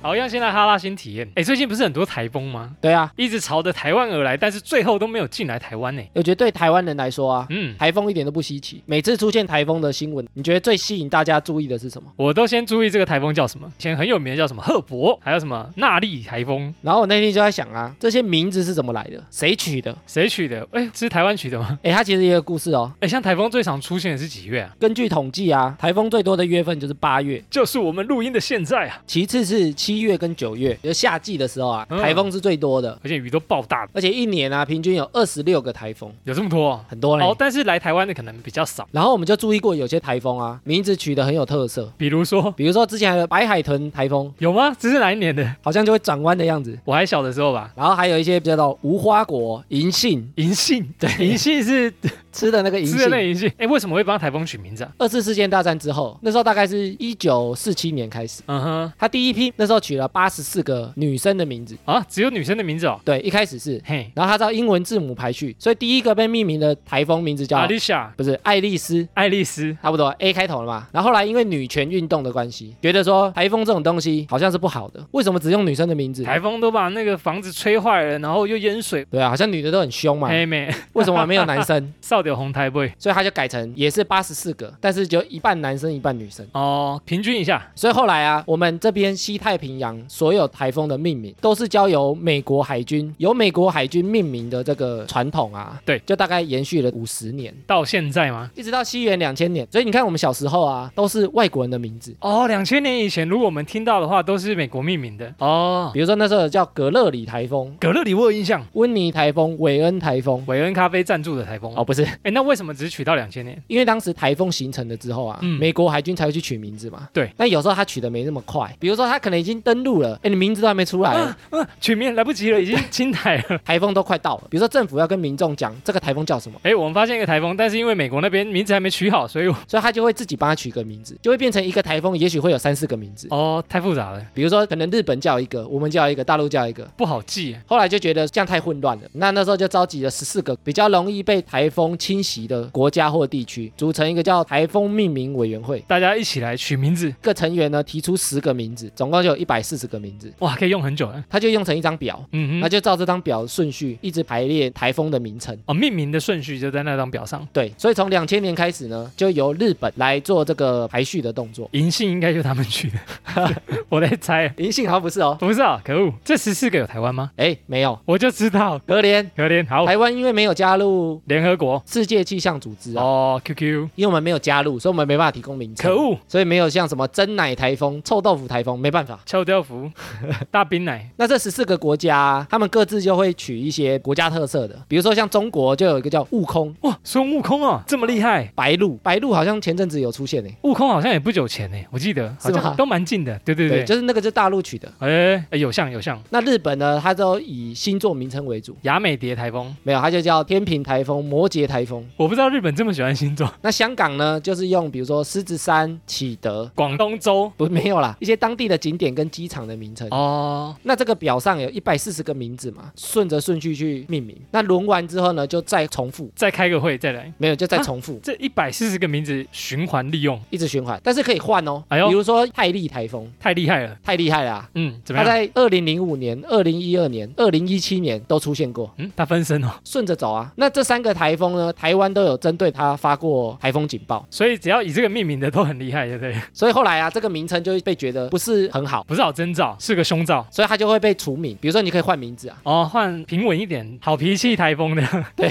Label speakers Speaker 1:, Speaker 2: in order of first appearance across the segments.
Speaker 1: 好，要先来哈拉新体验。哎，最近不是很多台风吗？
Speaker 2: 对啊，
Speaker 1: 一直朝着台湾而来，但是最后都没有进来台湾呢。
Speaker 2: 我觉得对台湾人来说啊，
Speaker 1: 嗯，
Speaker 2: 台风一点都不稀奇。每次出现台风的新闻，你觉得最吸引大家注意的是什么？
Speaker 1: 我都先注意这个台风叫什么，以前很有名的叫什么赫伯，还有什么纳利台风，
Speaker 2: 然后我那天就在想啊，这些名字是怎么来的？谁取的？
Speaker 1: 谁取的？哎，这是台湾取的吗？
Speaker 2: 诶，它其实也有故事哦。
Speaker 1: 哎，像台风最常出现的是几月啊？
Speaker 2: 根据统计啊，台风最多的月份就是八月，
Speaker 1: 就是我们录音的现在啊，
Speaker 2: 其次是七月跟九月，就是夏季的时候啊，
Speaker 1: 嗯
Speaker 2: 台风是最多的，
Speaker 1: 而且雨都爆大，
Speaker 2: 而且一年啊，平均有二十六个台风，
Speaker 1: 有这么多哦。
Speaker 2: 很多嘞。
Speaker 1: 哦，但是来台湾的可能比较少，
Speaker 2: 然后我们就注意过，有些台风啊，名字取得很有特色，
Speaker 1: 比如说
Speaker 2: 比如说之前的白海豚台风，
Speaker 1: 有吗？这是哪一年的？
Speaker 2: 好像就会转弯的样子。
Speaker 1: 我还小的时候吧。
Speaker 2: 然后还有一些叫做无花果、银杏，
Speaker 1: 银杏，对，银杏 是
Speaker 2: 吃的那个银
Speaker 1: 吃的那
Speaker 2: 杏。
Speaker 1: 银杏。哎，为什么会帮台风取名字啊？
Speaker 2: 二次世界大战之后，那时候大概是一九四七年开始，
Speaker 1: 嗯哼，
Speaker 2: 他第一批那时候取了八十四个女生的名字，
Speaker 1: 啊，只有女生的名字哦。
Speaker 2: 对，一开始是，
Speaker 1: 嘿，
Speaker 2: 然后他照英文字母排序，所以第一个被命名的台风名字叫
Speaker 1: 阿丽莎、
Speaker 2: 不是爱丽丝，
Speaker 1: 爱丽丝，
Speaker 2: 差不多 A 开头了嘛。然后后来因为女权运动的关系，觉得说台风这种东西好像是不好的，为什么只用女生的名字？
Speaker 1: 台风都把那个房子吹坏了，然后又淹水。
Speaker 2: 对啊，好像女的都很凶嘛，
Speaker 1: 嘿妹，
Speaker 2: 为什么没有男生？
Speaker 1: 少点红台妹
Speaker 2: 所以他就改成也是八十四个，但是就一半男生一半女生。
Speaker 1: 哦，平均一下。
Speaker 2: 所以后来啊，我们这边西太平洋所有台风的命名都是交由美国海军，由美国海军命名的这个传统啊，
Speaker 1: 对
Speaker 2: 就大概延续了五十年，
Speaker 1: 到现在吗？
Speaker 2: 一直到西元两千年。所以你看，我们小时候啊，都是外国人的名字，
Speaker 1: 哦，两千年以前，如果我们听到的话，都是美国命名的哦。
Speaker 2: 比如说那时候有叫格勒里台风、
Speaker 1: 格勒里我有印象，
Speaker 2: 温尼台风、韦恩台风。
Speaker 1: 韦恩咖啡赞助的台风。
Speaker 2: 哦，
Speaker 1: 哦，
Speaker 2: 不是，
Speaker 1: 哎，那为什么只取到两千年？
Speaker 2: 因为当时台风形成了之后啊，
Speaker 1: 嗯
Speaker 2: 美国海军才会去取名字嘛。
Speaker 1: 对
Speaker 2: 但有时候他取的没那么快，比如说他可能已经登陆了，哎，你名字都还没出来，
Speaker 1: 啊，取名来不及 了，已经清台了。
Speaker 2: 台风都快到了。比如说政府要跟民众讲这个台风叫什么，
Speaker 1: 哎，我们发现一个台风，但是因为美国那边名字还没取好，所以 我
Speaker 2: 所以他就会自己帮他取个名字，就会变成一个台风，也许会有三四个名字。
Speaker 1: 哦，太复杂了，
Speaker 2: 比如说，可能日本叫一个，我们叫一个，大陆叫一个。
Speaker 1: 不好记。
Speaker 2: 后来就觉得这样太混乱了，那那时候就召集了十四个比较容易被台风侵袭的国家或地区，组成一个叫台风命名委员会。
Speaker 1: 大家一起来取名字，
Speaker 2: 各成员呢提出十个名字，总共就有一百四十个名字，
Speaker 1: 哇，可以用很久了。
Speaker 2: 他就用成一张表，
Speaker 1: 嗯
Speaker 2: 那
Speaker 1: 哼，
Speaker 2: 就照这张表顺序一直排列台风的名称。
Speaker 1: 哦，命名的顺序就在那张表上，
Speaker 2: 对，所以从两千年开始呢，就由日本来做这个排序的动作。
Speaker 1: 银杏应该就他们取的， 我在猜。
Speaker 2: 银杏好像不是哦，
Speaker 1: 不是啊，可恶！这十四个有台湾吗？
Speaker 2: 哎，没有，
Speaker 1: 我就知道，
Speaker 2: 可怜
Speaker 1: 可怜。好，
Speaker 2: 台湾因为没有加入
Speaker 1: 联合国
Speaker 2: 世界气象组织啊，
Speaker 1: 哦，QQ，
Speaker 2: 因为我们没有加入，所以我们没办法提供名称。
Speaker 1: 可！恶，
Speaker 2: 所以没有像什么真奶台风、臭豆腐台风，没办法。
Speaker 1: 臭豆腐，大冰奶，
Speaker 2: 那这十四个国家，他们各自就会取一些国家特色的，比如说像中国就有一个叫悟空
Speaker 1: 哇，孙悟空哦，这么厉害！
Speaker 2: 白鹭，白鹭好像前阵子有出现欸诶、
Speaker 1: 悟空好像也不久前呢，我记得好
Speaker 2: 是吗
Speaker 1: 像都蛮近的，对对
Speaker 2: 对，
Speaker 1: 对。
Speaker 2: 就是那个就是大陆取的。
Speaker 1: 哎哎，有像有像，
Speaker 2: 那日本呢，它都以星座名称为主，
Speaker 1: 雅美蝶台风，
Speaker 2: 没有，它就叫天平台风、摩羯台风。
Speaker 1: 我不知道日本这么喜欢星 座。
Speaker 2: 那香港呢，就是用比如说狮子山、启德，
Speaker 1: 广东州
Speaker 2: 不没有啦，一些当地的景点跟机场的名称。
Speaker 1: 哦，
Speaker 2: 那这个表上有一百四十个名字嘛，顺着顺序去命名。那轮完之后呢，就再重复，
Speaker 1: 再开个会再来。
Speaker 2: 没有就再重复，
Speaker 1: 这一百四十个名字循环利用，
Speaker 2: 一直循环。但是可以换哦，
Speaker 1: 哎呦
Speaker 2: 比如说泰利台风，
Speaker 1: 太厉害了。
Speaker 2: 太厉害啦、啊。
Speaker 1: 嗯，怎么
Speaker 2: 它
Speaker 1: 样？
Speaker 2: 在二零零五年、二零一二年、二零一七年都出现过，
Speaker 1: 嗯，他分身哦，
Speaker 2: 顺着走啊。那这三个台风呢，台湾都有针对它发过台风警报，
Speaker 1: 所以只要以这个命名的都很厉害，对不对？
Speaker 2: 所以后来啊，这个名称就被觉得不是很好，
Speaker 1: 不是好征兆，是个凶兆。
Speaker 2: 所以它就会被除名。比如说，你可以换名字啊，
Speaker 1: 哦，换平稳一点，好脾气台风的，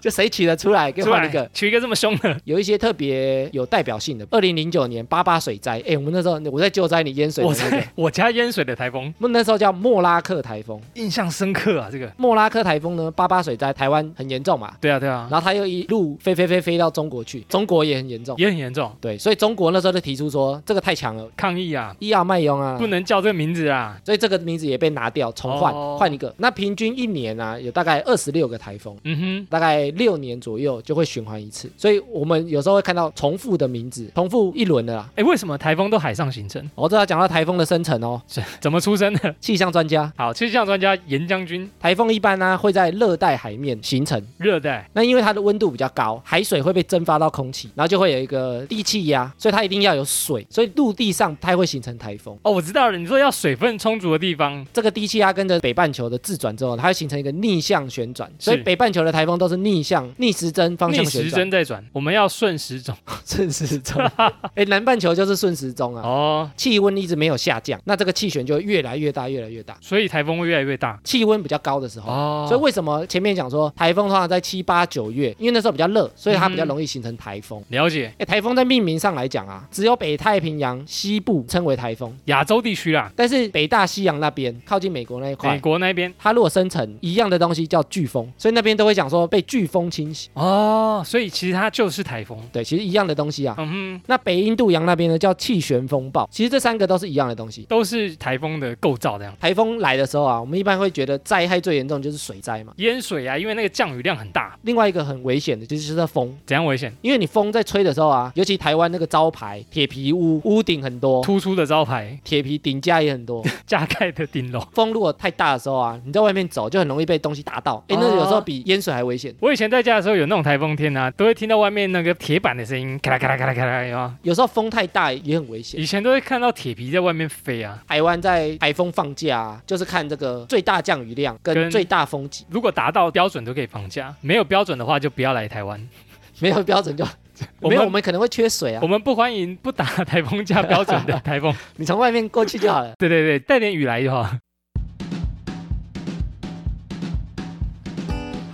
Speaker 2: 就谁取得出来，给
Speaker 1: 出
Speaker 2: 换
Speaker 1: 来
Speaker 2: 一个。
Speaker 1: 取一个这么凶的，
Speaker 2: 有一些特别有代表性的，二零零九年八八水灾，哎，我们那时候我在救灾，你淹水的
Speaker 1: 我
Speaker 2: 那个，
Speaker 1: 在我家淹水的台风，
Speaker 2: 我们那时候叫莫拉克台风。
Speaker 1: 印象深刻啊，这个。
Speaker 2: 莫拉克台风呢，八八水灾台湾很严重嘛，
Speaker 1: 对啊，对啊，
Speaker 2: 然后它又一路飞飞飞飞到中国去，中国也很严重。
Speaker 1: 也很严重，
Speaker 2: 对，所以中国那时候就提出说，这个太强了，
Speaker 1: 抗议啊，
Speaker 2: 医药卖用啊
Speaker 1: 不，能叫这个名字啊。
Speaker 2: 所以这个名字也被拿掉，重换、
Speaker 1: 哦
Speaker 2: 换一个。那平均一年啊，有大概二十六个台风。
Speaker 1: 嗯
Speaker 2: 大概六年左右就会循环一次，所以我们有时候会看到重复的名字，重复一轮的啦
Speaker 1: 哼。，哎，为什么台风都海上形成？
Speaker 2: 我、哦、这要讲到台风的生成哦，
Speaker 1: 是怎么出生的？
Speaker 2: 气象专家，
Speaker 1: 好，气象专家严将军，
Speaker 2: 台风一般呢、会在热带海面形成，
Speaker 1: 热带
Speaker 2: 那因为它的温度比较高，海水会被蒸发到空气，然后就会有一个地气压，所以它一定要有水，所以陆地上它会形成台风。
Speaker 1: 哦，我知道了，你说要水分充足的地方，
Speaker 2: 这个低气压跟着北半球的自转之后，它会形成一个逆向旋转，所以
Speaker 1: 是
Speaker 2: 北半球的台风都是逆向逆时针方向
Speaker 1: 逆
Speaker 2: 旋
Speaker 1: 时
Speaker 2: 转，
Speaker 1: 针在转，我们要顺时钟。
Speaker 2: 顺时钟。哎，南半球就是顺时钟啊，
Speaker 1: 哦，
Speaker 2: 气温一直没有下降，那这个气旋就会越来越大，越来越大。
Speaker 1: 所以台风会越来越大。
Speaker 2: 气温比较高的时候，
Speaker 1: 哦，
Speaker 2: 所以为什么前面讲说台风通常在七八九月，因为那时候比较热，所以它比较容易形成台风。
Speaker 1: 了解
Speaker 2: 哎，台风在命名上来讲啊，只有北太平洋西部称为台风，
Speaker 1: 亚洲地区啦，
Speaker 2: 但是北大西洋那边靠近美国那一
Speaker 1: 美
Speaker 2: 块，
Speaker 1: 国那边。
Speaker 2: 它如果生成一样的东西叫飓风，所以那边都会讲说被飓风侵袭。
Speaker 1: 哦，所以其实它就是台风。
Speaker 2: 对，其实一样的东西啊。
Speaker 1: 嗯哼，
Speaker 2: 那北印度洋那边呢叫气旋风暴，其实这三个都是一样的东西。
Speaker 1: 都是台风的构造这样。
Speaker 2: 台风来的时候啊，我们一般会觉得灾害最严重就是水灾嘛。
Speaker 1: 淹水啊，因为那个降雨量很大，
Speaker 2: 另外一个很危险的就是这风，
Speaker 1: 怎样危险？
Speaker 2: 因为你风在吹的时候啊，尤其台湾那个招牌铁皮屋，屋顶很多，
Speaker 1: 突出的招牌，
Speaker 2: 铁皮顶架也很多。
Speaker 1: 架盖的顶楼。
Speaker 2: 风如果太大的时候啊，你在外面走就很容易被东西打到，哎，那有时候比淹水还危险。
Speaker 1: 我以前在家的时候，有那种台风天啊，都会听到外面那个铁板的声音，咔啦咔啦咔啦咔啦，有吗？
Speaker 2: 有时候风太大也很危险。
Speaker 1: 以前都会看到铁皮在外面飞啊。
Speaker 2: 台湾在台风放假、啊，就是看这个最大降雨量跟
Speaker 1: 跟
Speaker 2: 最大风级，
Speaker 1: 如果达到标准都可以放假，没有标准的话就不要来台湾。
Speaker 2: 没有标准就
Speaker 1: 我
Speaker 2: 没有，我
Speaker 1: 们
Speaker 2: 们可能会缺水啊
Speaker 1: 我。们不欢迎不打 台风假标准的台风。
Speaker 2: 你从外面过去就好了。
Speaker 1: 对对对，带点雨来就好。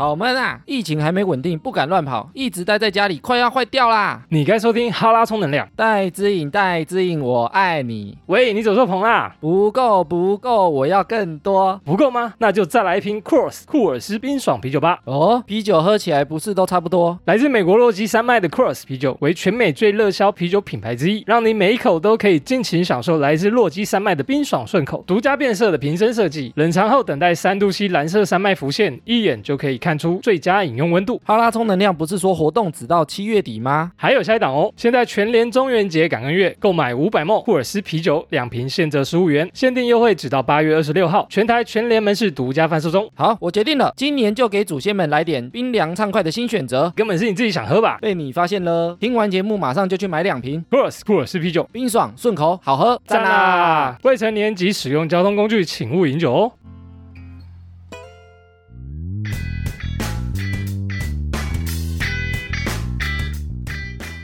Speaker 2: 好闷啊！疫情还没稳定，不敢乱跑，一直待在家里，快要坏掉啦！
Speaker 1: 你该收听哈拉充能量。
Speaker 2: 戴之颖，戴之颖，我爱你。
Speaker 1: 喂，你走错棚啦，
Speaker 2: 不够，不够，我要更多。
Speaker 1: 不够吗？那就再来一瓶 c o r s 库尔斯冰爽啤酒吧。
Speaker 2: 哦，啤酒喝起来不是都差不多？
Speaker 1: 来自美国洛基山脉的 Cross 啤酒为全美最热销啤酒品牌之一，让你每一口都可以尽情享受来自洛基山脉的冰爽顺口。独家变色的瓶身设计，冷藏后等待三度 C 蓝色山脉浮现，一眼就可以看出最佳饮用温度。
Speaker 2: 哈拉充能量不是说活动只到七月底吗？
Speaker 1: 还有下一档哦！现在全联中元节感恩月购买五百梦库尔斯啤酒两瓶，现折十五元，限定优惠只到八月二十六号，全台全联门市独家贩售中。
Speaker 2: 好，我决定了，今年就给祖先们来点冰凉畅快的新选择。
Speaker 1: 根本是你自己想喝吧
Speaker 2: 被你发现了，听完节目马上就去买两瓶，
Speaker 1: ？Cross 库尔斯啤酒，
Speaker 2: 冰爽顺口，好喝，啊
Speaker 1: 赞！啦！未成年及使用交通工具，请勿饮酒哦。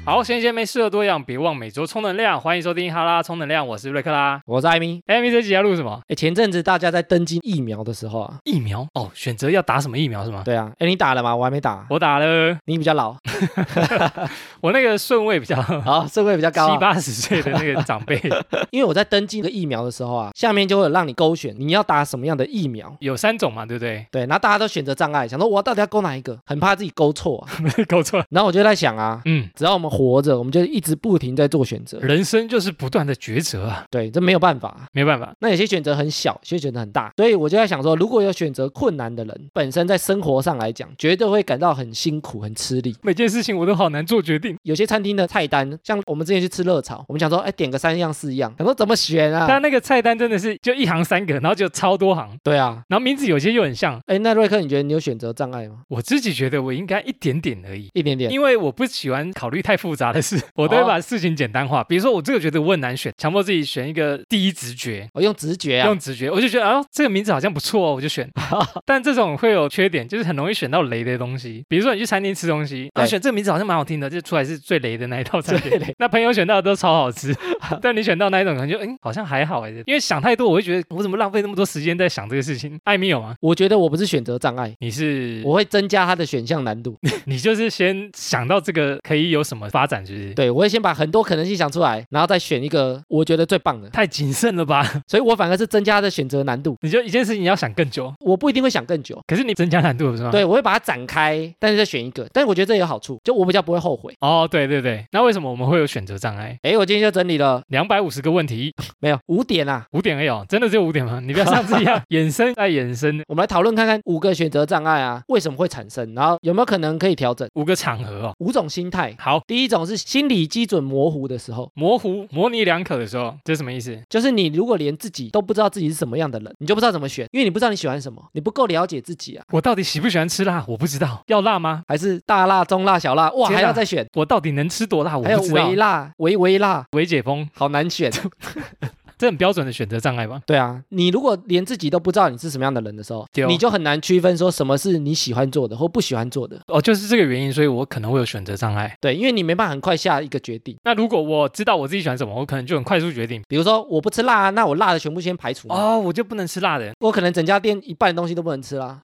Speaker 1: 好，闲闲没事的多养，别忘每周充能量。欢迎收听哈拉充能量，我是瑞克啦。
Speaker 2: 我是艾米。
Speaker 1: 艾米这集要录什么？
Speaker 2: 哎，前阵子大家在登记疫苗的时候啊，
Speaker 1: 疫苗哦，选择要打什么疫苗是吗？
Speaker 2: 对啊，哎，你打了吗？我还没打，
Speaker 1: 我打了，
Speaker 2: 你比较 老，
Speaker 1: 我那个顺位比 较
Speaker 2: 好，社会比较高
Speaker 1: 七
Speaker 2: 啊、
Speaker 1: 八十岁的那个长 辈，
Speaker 2: 因为我在登记这个疫苗的时候啊，下面就会有让你勾选你要打什么样的疫苗。
Speaker 1: 有三种嘛，对不 对？
Speaker 2: 对，然后大家都选择障碍，想说我到底要勾哪一个，很怕自己勾错、啊。
Speaker 1: 搞错了，
Speaker 2: 然后我就在想啊，
Speaker 1: 嗯，
Speaker 2: 只要我们活着，我们就一直不停在做选择。
Speaker 1: 人生就是不断的抉择啊，
Speaker 2: 对，这没有办法啊、
Speaker 1: 没办法，
Speaker 2: 那有些选择很小，有些选择很大，所以我就在想说，如果有选择困难的人，本身在生活上来讲，绝对会感到很辛苦、很吃力。
Speaker 1: 每件事情我都好难做决定。
Speaker 2: 有些餐厅的菜单，像我们之前去吃热炒，我们想说，哎，点个三样四样，想说怎么选
Speaker 1: 他
Speaker 2: 啊？
Speaker 1: 那个菜单真的是就一行三个，然后就超多行，
Speaker 2: 对啊，
Speaker 1: 然后名字有些又很像。
Speaker 2: 哎，那瑞克，你觉得你有选择障碍吗？
Speaker 1: 我自己觉得我应该一点点而已。
Speaker 2: 一点点。
Speaker 1: 因为我不喜欢考虑太复杂的事，我
Speaker 2: 哦
Speaker 1: 都会把事情简单化。比如说，我这个觉得我很难选，强迫自己选一个
Speaker 2: 啊
Speaker 1: 第一直觉，
Speaker 2: 我、用直觉啊
Speaker 1: 用，直觉，我就觉得啊、这个名字好像不错哦，我就选。但这种会有缺点，就是很容易选到雷的东西。比如说，你去餐厅吃东西，然后
Speaker 2: 对
Speaker 1: 选这个名字好像蛮好听的，就出来是最雷的那一道餐
Speaker 2: 最
Speaker 1: 厅
Speaker 2: 雷。
Speaker 1: 那朋友选到的都超好 吃，但你选到那一种可能就嗯好像还好哎，因为想太多，我会觉得我怎么浪费那么多时间在想这个事情？艾米有吗？
Speaker 2: 我觉得我不是选择障碍，
Speaker 1: 你是
Speaker 2: 我会增加它的选项难度。
Speaker 1: 你就是先想到这个可以有什么发展，是不是？
Speaker 2: 对，我会先把很多可能性想出来，然后再选一个我觉得最棒的，
Speaker 1: 太谨慎了吧？
Speaker 2: 所以我反而是增加它的选择难度。
Speaker 1: 你就一件事情要想更久，
Speaker 2: 我不一定会想更久，
Speaker 1: 可是你增加难度了是吗？。
Speaker 2: 对，我会把它展开，但是再选一个。但是我觉得这也有好处，就我比较不会后悔。
Speaker 1: 哦，对对对，那为什么我们会有选择障碍？
Speaker 2: 诶，我今天就整理了
Speaker 1: 两百五十个问题，
Speaker 2: 没有五点啊，
Speaker 1: 五点而已、哦，真的只有五点吗？你不要像这 样衍生再衍生，
Speaker 2: 我们来讨论看看五个选择障碍啊为什么会产生，然后有没有可能可以调整
Speaker 1: 五个场合哦。
Speaker 2: 五种心态。
Speaker 1: 好，
Speaker 2: 第一一种是心理基准模糊的时候，
Speaker 1: 模糊、模棱两可的时候，这什么意思？
Speaker 2: 就是你如果连自己都不知道自己是什么样的人，你就不知道怎么选，因为你不知道你喜欢什么，你不够了解自己啊。
Speaker 1: 我到底喜不喜欢吃辣？我不知道，要辣吗？
Speaker 2: 还是大辣、中辣、小辣，哇，
Speaker 1: 天哪
Speaker 2: 还要再选，
Speaker 1: 我到底能吃多辣？我
Speaker 2: 还有
Speaker 1: 不知道
Speaker 2: 微。辣、微微辣，
Speaker 1: 微解封，
Speaker 2: 好难选。
Speaker 1: 这很标准的选择障碍吧？
Speaker 2: 对啊，你如果连自己都不知道你是什么样的人的时候
Speaker 1: 对哦，
Speaker 2: 你就很难区分说什么是你喜欢做的或不喜欢做的。
Speaker 1: 哦，就是这个原因，所以我可能会有选择障碍。
Speaker 2: 对，因为你没办法很快下一个决定。
Speaker 1: 那如果我知道我自己喜欢什么，我可能就很快速决定。
Speaker 2: 比如说我不吃辣、啊，那我辣的全部先排除嘛。
Speaker 1: 哦，我就不能吃辣的。
Speaker 2: 我可能整家店一半的东西都不能 吃啦，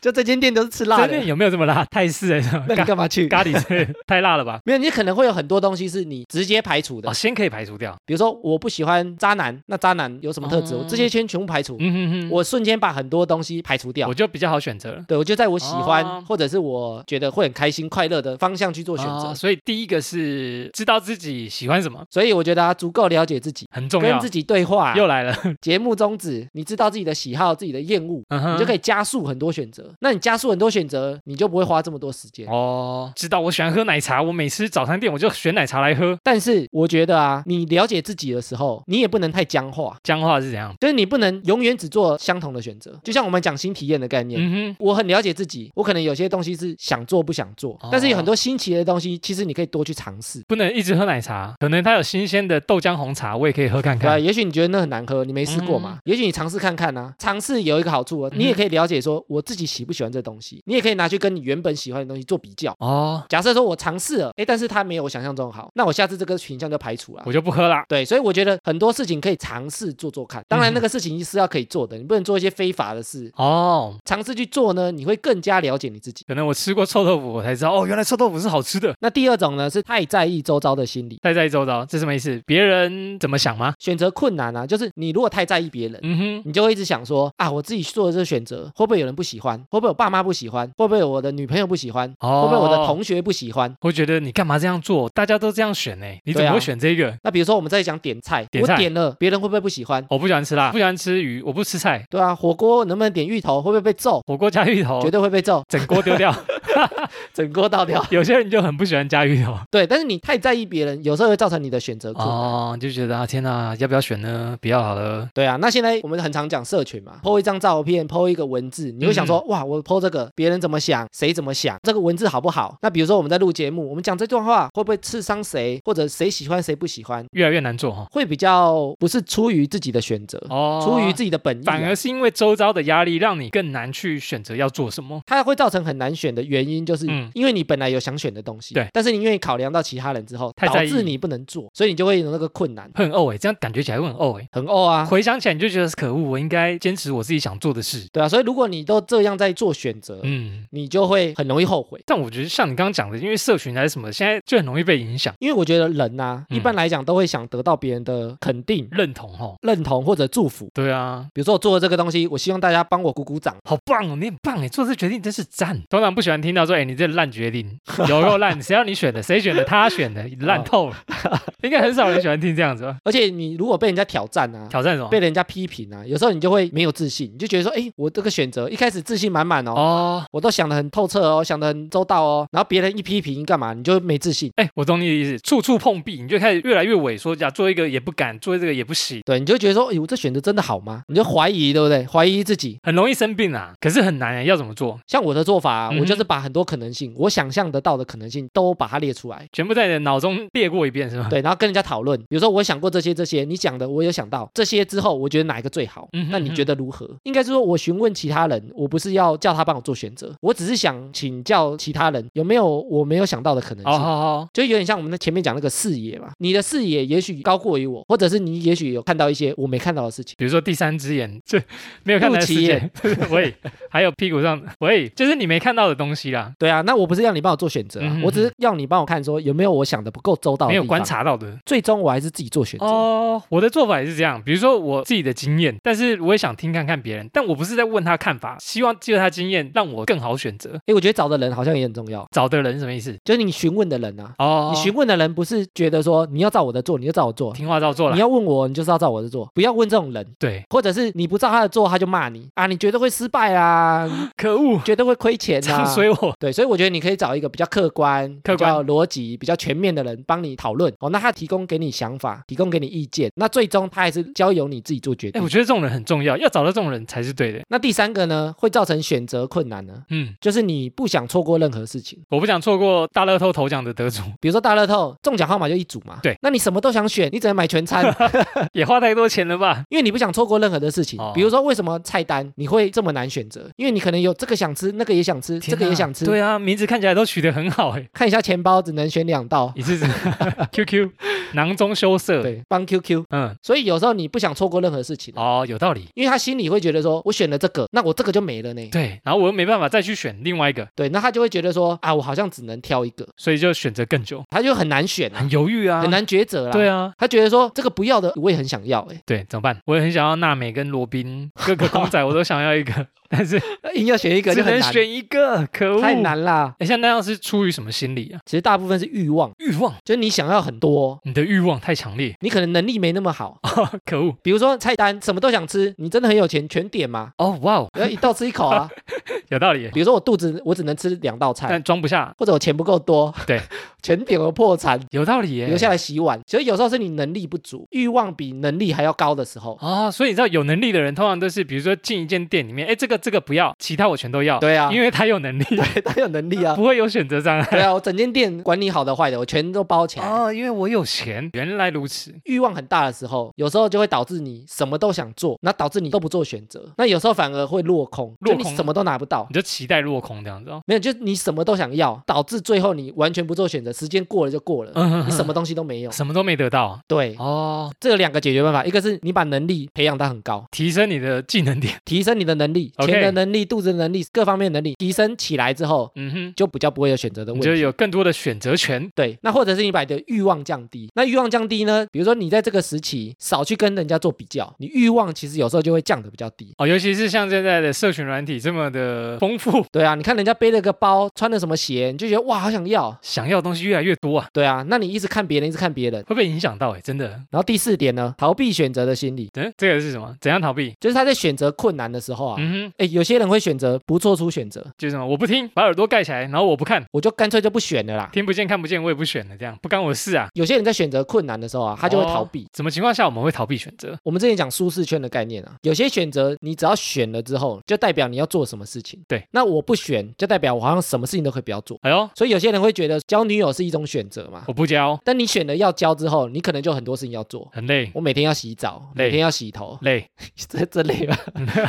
Speaker 2: 就这间店都是吃辣
Speaker 1: 这边
Speaker 2: 的，
Speaker 1: 有没有这么辣？ 泰式的
Speaker 2: 那你
Speaker 1: 咖
Speaker 2: 干嘛去？
Speaker 1: 咖喱 是太辣了吧？
Speaker 2: 没有，你可能会有很多东西是你直接排除的
Speaker 1: 哦，，先可以排除掉。
Speaker 2: 比如说我不喜欢渣男，那渣男有什么特质？
Speaker 1: 哦
Speaker 2: 我这些先全部排除，
Speaker 1: 嗯哼哼，
Speaker 2: 我瞬间把很多东西排除掉
Speaker 1: 我。就比较好选择了。
Speaker 2: 对，我就在我喜欢、
Speaker 1: 哦
Speaker 2: 或者是我觉得会很开心、快乐的方向去做选择。
Speaker 1: 哦所以第一个是知道自己喜欢什么，
Speaker 2: 所以我觉得啊，足够了解自己，
Speaker 1: 很重
Speaker 2: 跟
Speaker 1: 要
Speaker 2: 自。己对话、
Speaker 1: 又 来了，
Speaker 2: 节目宗旨，你知道自己的喜好、自己的厌恶，
Speaker 1: 嗯哼
Speaker 2: 你就可以加速很多选择。那你加速很多选择，你就不会花这么多时间。
Speaker 1: 哦，知道我喜欢喝奶茶，我每次早餐店我就选奶茶来喝。
Speaker 2: 但是我觉得啊，你了解自己的时候，你也不能太僵化，
Speaker 1: 僵化是怎样？
Speaker 2: 就是你不能永远只做相同的选择。就像我们讲新体验的概念，
Speaker 1: 嗯哼，
Speaker 2: 我很了解自己，我可能有些东西是想做不想
Speaker 1: 哦
Speaker 2: 做，但是有很多新奇的东西，其实你可以多去尝试。
Speaker 1: 不能一直喝奶茶，可能它有新鲜的豆浆红茶，我也可以喝看
Speaker 2: 对啊，
Speaker 1: 看。
Speaker 2: 也许你觉得那很难喝，你没试过嘛？也许你尝试看看啊。尝试有一个好处啊，
Speaker 1: 嗯
Speaker 2: 你也可以了解说我自己喜不喜欢这东西，你也可以拿去跟你原本喜欢的东西做比较。
Speaker 1: 哦，
Speaker 2: 假设说我尝试了，诶，但是它没有我想象中好，那我下次这个品相就排除了啊
Speaker 1: 我。就不喝啦。
Speaker 2: 对，所以我觉得很多事情可以尝试做做看。当然，
Speaker 1: 嗯
Speaker 2: 那个事情是要可以做的，你不能做一些非法的事。
Speaker 1: 哦，
Speaker 2: 尝试去做呢，你会更加了解你自己。
Speaker 1: 可能我吃过臭豆腐，我才知道哦，原来臭豆腐是好吃的。
Speaker 2: 那第二种呢，是太在意周遭的心理，
Speaker 1: 太在意周遭，这什么意思？别人怎么想吗？
Speaker 2: 选择困难啊，就是你如果太在意别人。
Speaker 1: 嗯哼，
Speaker 2: 你就会一直想说啊，我自己做的这个选择会不会有人不喜欢？会不会我爸妈不喜欢？会不会我的女朋友不喜欢？
Speaker 1: 哦
Speaker 2: 会不会我的同学不喜欢？
Speaker 1: 我觉得你干嘛这样做？大家都这样选呢、欸你怎
Speaker 2: 对
Speaker 1: 么
Speaker 2: 啊
Speaker 1: 会选这个？
Speaker 2: 那比如说我们在讲点菜，
Speaker 1: 点菜
Speaker 2: 我点了，别人会不会不喜欢？
Speaker 1: 我不喜欢吃辣，不喜欢吃鱼，我不吃菜，
Speaker 2: 对啊，火锅能不能点芋头？会不会被揍？
Speaker 1: 火锅加芋头
Speaker 2: 绝，对会被揍，
Speaker 1: 整锅丢 掉。
Speaker 2: 整锅倒掉。
Speaker 1: 有些人就很不喜欢加 芋头。
Speaker 2: 对，但是你太在意别人，有时候会造成你的选择困难。
Speaker 1: 哦，就觉得啊，天哪，要不要选呢？不要好了。
Speaker 2: 对啊，那现在我们很常讲社群嘛，PO 一张照片，PO 一个文字，你会想说，
Speaker 1: 嗯
Speaker 2: 哇，我 PO 这个，别人怎么想，谁怎么想，这个文字好不好？那比如说我们在录节目，我们讲这段话会不会刺伤谁，或者谁喜欢谁不喜欢，
Speaker 1: 越来越难做哈、
Speaker 2: 会比较不是出于自己的选择，
Speaker 1: 哦。
Speaker 2: 出于自己的本意、
Speaker 1: 反而
Speaker 2: 啊。
Speaker 1: 是因为周遭的压力，让你更难去选择要做什么。
Speaker 2: 它会造成很难选的原因，就是
Speaker 1: 嗯
Speaker 2: 因为你本来有想选的东西，
Speaker 1: 对
Speaker 2: 但是你因为考量到其他人之后，
Speaker 1: 太
Speaker 2: 导
Speaker 1: 在意
Speaker 2: 致你不能做，所以你就会有那个困难，
Speaker 1: 会很怄哎、这样感觉起来会很怄哎、
Speaker 2: 很怄啊。
Speaker 1: 回想起来你就觉得可恶，我应该坚持我自己想做的事。
Speaker 2: 对啊，所以如果你都这样在做选择，
Speaker 1: 嗯，
Speaker 2: 你就会很容易后悔。
Speaker 1: 但我觉得像你刚刚讲的，因为社群还是什么，现在就很容易被影响、
Speaker 2: 因为我觉得人呐、
Speaker 1: 嗯
Speaker 2: 一般来讲都会想得到别人的肯定、
Speaker 1: 认同哦。
Speaker 2: 认同或者祝福。
Speaker 1: 对啊，
Speaker 2: 比如说我做了这个东西，我希望大家帮我鼓鼓掌。
Speaker 1: 好棒哦，你很棒哎，做这决定真是赞。通常不喜欢听到说，哎，你这烂决定， 有够烂，谁让你选的？谁选的？他选的，烂透 了。应该很少人喜欢听这样子吧？
Speaker 2: 而且你如果被人家挑战啊，
Speaker 1: 挑战什么？
Speaker 2: 被人家批评啊，有时候你就会没有自信，你就觉得说，哎，我这个选择一开始自信满满哦。
Speaker 1: 哦，
Speaker 2: 我都想得很透彻哦，想得很周到哦，然后别人一批评干嘛，你就没自信，
Speaker 1: 哎，我懂你的意思，处处碰壁，你就开始越来越萎缩，这样做一个也不敢，做这个也不行，
Speaker 2: 对，你就觉得说，哎，我这选择真的好吗？你就怀疑，对不对？怀疑自己。
Speaker 1: 很容易生病啊。可是很难哎，要怎么做？
Speaker 2: 像我的做法啊、
Speaker 1: 嗯哼
Speaker 2: 我就是把很多可能性，我想象得到的可能性都把它列出来，
Speaker 1: 全部在你的脑中列过一遍是吗？
Speaker 2: 对，然后跟人家讨论，比如说我想过这些这些，你讲的我有想到这些之后，我觉得哪一个最好？
Speaker 1: 嗯哼
Speaker 2: 那你觉得如何？应该是说我询问其他人，我不是要叫他帮我做选择，我只是想请教其他人有没有我没有想到的可能性。
Speaker 1: 哦，好好，
Speaker 2: 就有点像我们前面讲那个视野嘛，你的视野也许高过于我，或者是你也许有看到一些我没看到的事情。
Speaker 1: 比如说第三只眼，这没有看到的世
Speaker 2: 肚脐
Speaker 1: 界
Speaker 2: 眼，
Speaker 1: 喂，还有屁股上，喂，就是你没看到的东西啦，
Speaker 2: 对啊，那我不是要你帮我做选择、啊，
Speaker 1: 嗯哼
Speaker 2: 我只是要你帮我看说有没有我想的不够周到的
Speaker 1: 没
Speaker 2: 地方。
Speaker 1: 有观，察到的。
Speaker 2: 最终我还是自己做选择。
Speaker 1: 哦，我的做法也是这样，比如说我自己的经验，但是我也想听看看别人，但我不是在问他看法，希望借他经验让我更好选择。
Speaker 2: 诶，我觉得找的人好像也很重要，
Speaker 1: 找的人什么意思？
Speaker 2: 就是你询问的人啊，
Speaker 1: 哦，
Speaker 2: 你询问的人不是觉得说你要照我的做，你就照我做，
Speaker 1: 听话照做啦
Speaker 2: 你。要问我，你就是要照我的做，不要问这种人，
Speaker 1: 对，
Speaker 2: 或者是你不照他的做，他就骂你啊，你绝对会失败啦， 你
Speaker 1: 可恶，
Speaker 2: 绝对会亏 钱
Speaker 1: 这
Speaker 2: 啊
Speaker 1: 样。随我。
Speaker 2: 对，所以我觉得你可以找一个比较客观、
Speaker 1: 客观
Speaker 2: 比较逻辑、比较全面的人帮你讨论哦。那他提供给你想法，提供给你意见，那最终他还是交由你自己做决
Speaker 1: 哎，
Speaker 2: 定。
Speaker 1: 我觉得这种人很重要，要找到这种人才是对的。
Speaker 2: 那第三个呢，会造成选择困难呢，
Speaker 1: 嗯，
Speaker 2: 就是你不想错过任何事情。
Speaker 1: 我不想错过大乐透头奖的得主，
Speaker 2: 比如说大乐透中奖号码就一组嘛，
Speaker 1: 对，
Speaker 2: 那你什么都想选，你只能买全餐，
Speaker 1: 也花太多钱了吧？
Speaker 2: 因为你不想错过任何的事情
Speaker 1: 哦。
Speaker 2: 比如说为什么菜单你会这么难选择？因为你可能有这个想吃，那个也想吃，这个
Speaker 1: 天
Speaker 2: 也
Speaker 1: 哪
Speaker 2: 想吃。
Speaker 1: 对啊，名字看起来都取得很好哎。
Speaker 2: 看一下钱包，只能选两道。
Speaker 1: 你是 QQ 囊中羞涩，
Speaker 2: 对，帮 QQ。
Speaker 1: 嗯，
Speaker 2: 所以有时候你不想错过任何事情。
Speaker 1: 哦，有道理。
Speaker 2: 因为他心里会觉得说，我选了这个，那我这个就没了呢。
Speaker 1: 对，然后我又没办法再去选另外一个，
Speaker 2: 对，那他就会觉得说，啊，我好像只能挑一个，
Speaker 1: 所以就选择更久，
Speaker 2: 他就很难选啊，
Speaker 1: 很犹豫啊，
Speaker 2: 很。难抉择啦。
Speaker 1: 对啊，
Speaker 2: 他觉得说这个不要的，我也很想要， 哎，
Speaker 1: 对，怎么办？我也很想要娜美跟罗宾，各个公仔我都想要一个， 但是
Speaker 2: 硬要选一个
Speaker 1: 只
Speaker 2: 就很
Speaker 1: 能
Speaker 2: 难，
Speaker 1: 选一个，可恶！
Speaker 2: 太。难啦。
Speaker 1: 哎，像那样是出于什么心理啊？
Speaker 2: 其实大部分是欲望，
Speaker 1: 欲望，
Speaker 2: 就是你想要很多，
Speaker 1: 你的欲望太强烈，
Speaker 2: 你可能能力没那么好。
Speaker 1: 可恶！
Speaker 2: 比如说菜单什么都想吃，你真的很有钱，全 点嘛，
Speaker 1: 哦，哇哦，
Speaker 2: 然后一道吃一口啊。
Speaker 1: 有道理耶，
Speaker 2: 比如说我肚子我只能吃两道菜，
Speaker 1: 但装不下，
Speaker 2: 或者我钱不够多，
Speaker 1: 对，
Speaker 2: 全点我破产，
Speaker 1: 有道理耶，
Speaker 2: 留下来洗碗。所以有时候是你能力不足，欲望比能力还要高的时候，
Speaker 1: 啊、所以你知道有能力的人通常都是，比如说进一间店里面，哎，这个这个不要，其他我全都要，、
Speaker 2: 对啊，
Speaker 1: 因为他有能力，
Speaker 2: 他有能力啊。
Speaker 1: 不会有选择障 碍。
Speaker 2: 对啊，我整间店管理好的坏的，我全都包起来。
Speaker 1: 哦，因为我有钱，原来如此。
Speaker 2: 欲望很大的时候，有时候就会导致你什么都想做，那导致你都不做选择，那有时候反而会落空，
Speaker 1: 落
Speaker 2: 就
Speaker 1: 空
Speaker 2: 你什么都拿不到
Speaker 1: 你。就期待落空这样子哦，
Speaker 2: 没有，就是你什么都想要，导致最后你完全不做选择，时间过了就过了，
Speaker 1: 嗯，
Speaker 2: 你什么东西都没有。
Speaker 1: 什么都没得到
Speaker 2: 对，
Speaker 1: 哦，
Speaker 2: 这有两个解决办法，一个是你把能力培养到很高，
Speaker 1: 提升你的技能点，
Speaker 2: 提升你的能力、
Speaker 1: OK
Speaker 2: 钱的能力、肚子的能力、各方面的能力提升起来之后，
Speaker 1: 嗯哼，
Speaker 2: 就比较不会有选择的
Speaker 1: 你
Speaker 2: 问
Speaker 1: 就
Speaker 2: 题。
Speaker 1: 有更多的选择权。
Speaker 2: 对，那或者是你把你的欲望降低。那欲望降低呢？比如说你在这个时期少去跟人家做比较，你欲望其实有时候就会降得比较低。
Speaker 1: 哦，尤其是像现在的社群软体这么的丰富，
Speaker 2: 对啊，你看人家背了个包，穿了什么鞋，你就觉得哇，好想要。
Speaker 1: 想要的东西越来越多啊，
Speaker 2: 对啊，那你一直看别人，一直看别人。
Speaker 1: 会被影响到哎，真的。
Speaker 2: 然后第四点呢，逃避选择的心理，
Speaker 1: 嗯，这个是什么？怎样逃避？
Speaker 2: 就是他在选择困难的时候啊，
Speaker 1: 嗯哼，
Speaker 2: 哎、有些人会选择不做出选择，
Speaker 1: 就是什么？我不听，把耳朵盖起来，然后我不看，
Speaker 2: 我就干脆就不选了啦。
Speaker 1: 听不见看不见，我也不选了，这样不干我事啊。
Speaker 2: 有些人在选择困难的时候啊，他就会逃避。
Speaker 1: 什么情况下我们会逃避选择？
Speaker 2: 我们之前讲舒适圈的概念啊，有些选择你只要选了之后，就代表你要做什么事情。
Speaker 1: 对，
Speaker 2: 那我不选，就代表我好像什么事情都可以不要做。
Speaker 1: 哎呦，
Speaker 2: 所以有些人会觉得交女友是一种选择嘛，
Speaker 1: 我不教，
Speaker 2: 但你选了要交之后，你可能就很多事情要做。
Speaker 1: 很累
Speaker 2: 我每天要洗澡，
Speaker 1: 累
Speaker 2: 每天要洗头，
Speaker 1: 累。
Speaker 2: 这这类吧，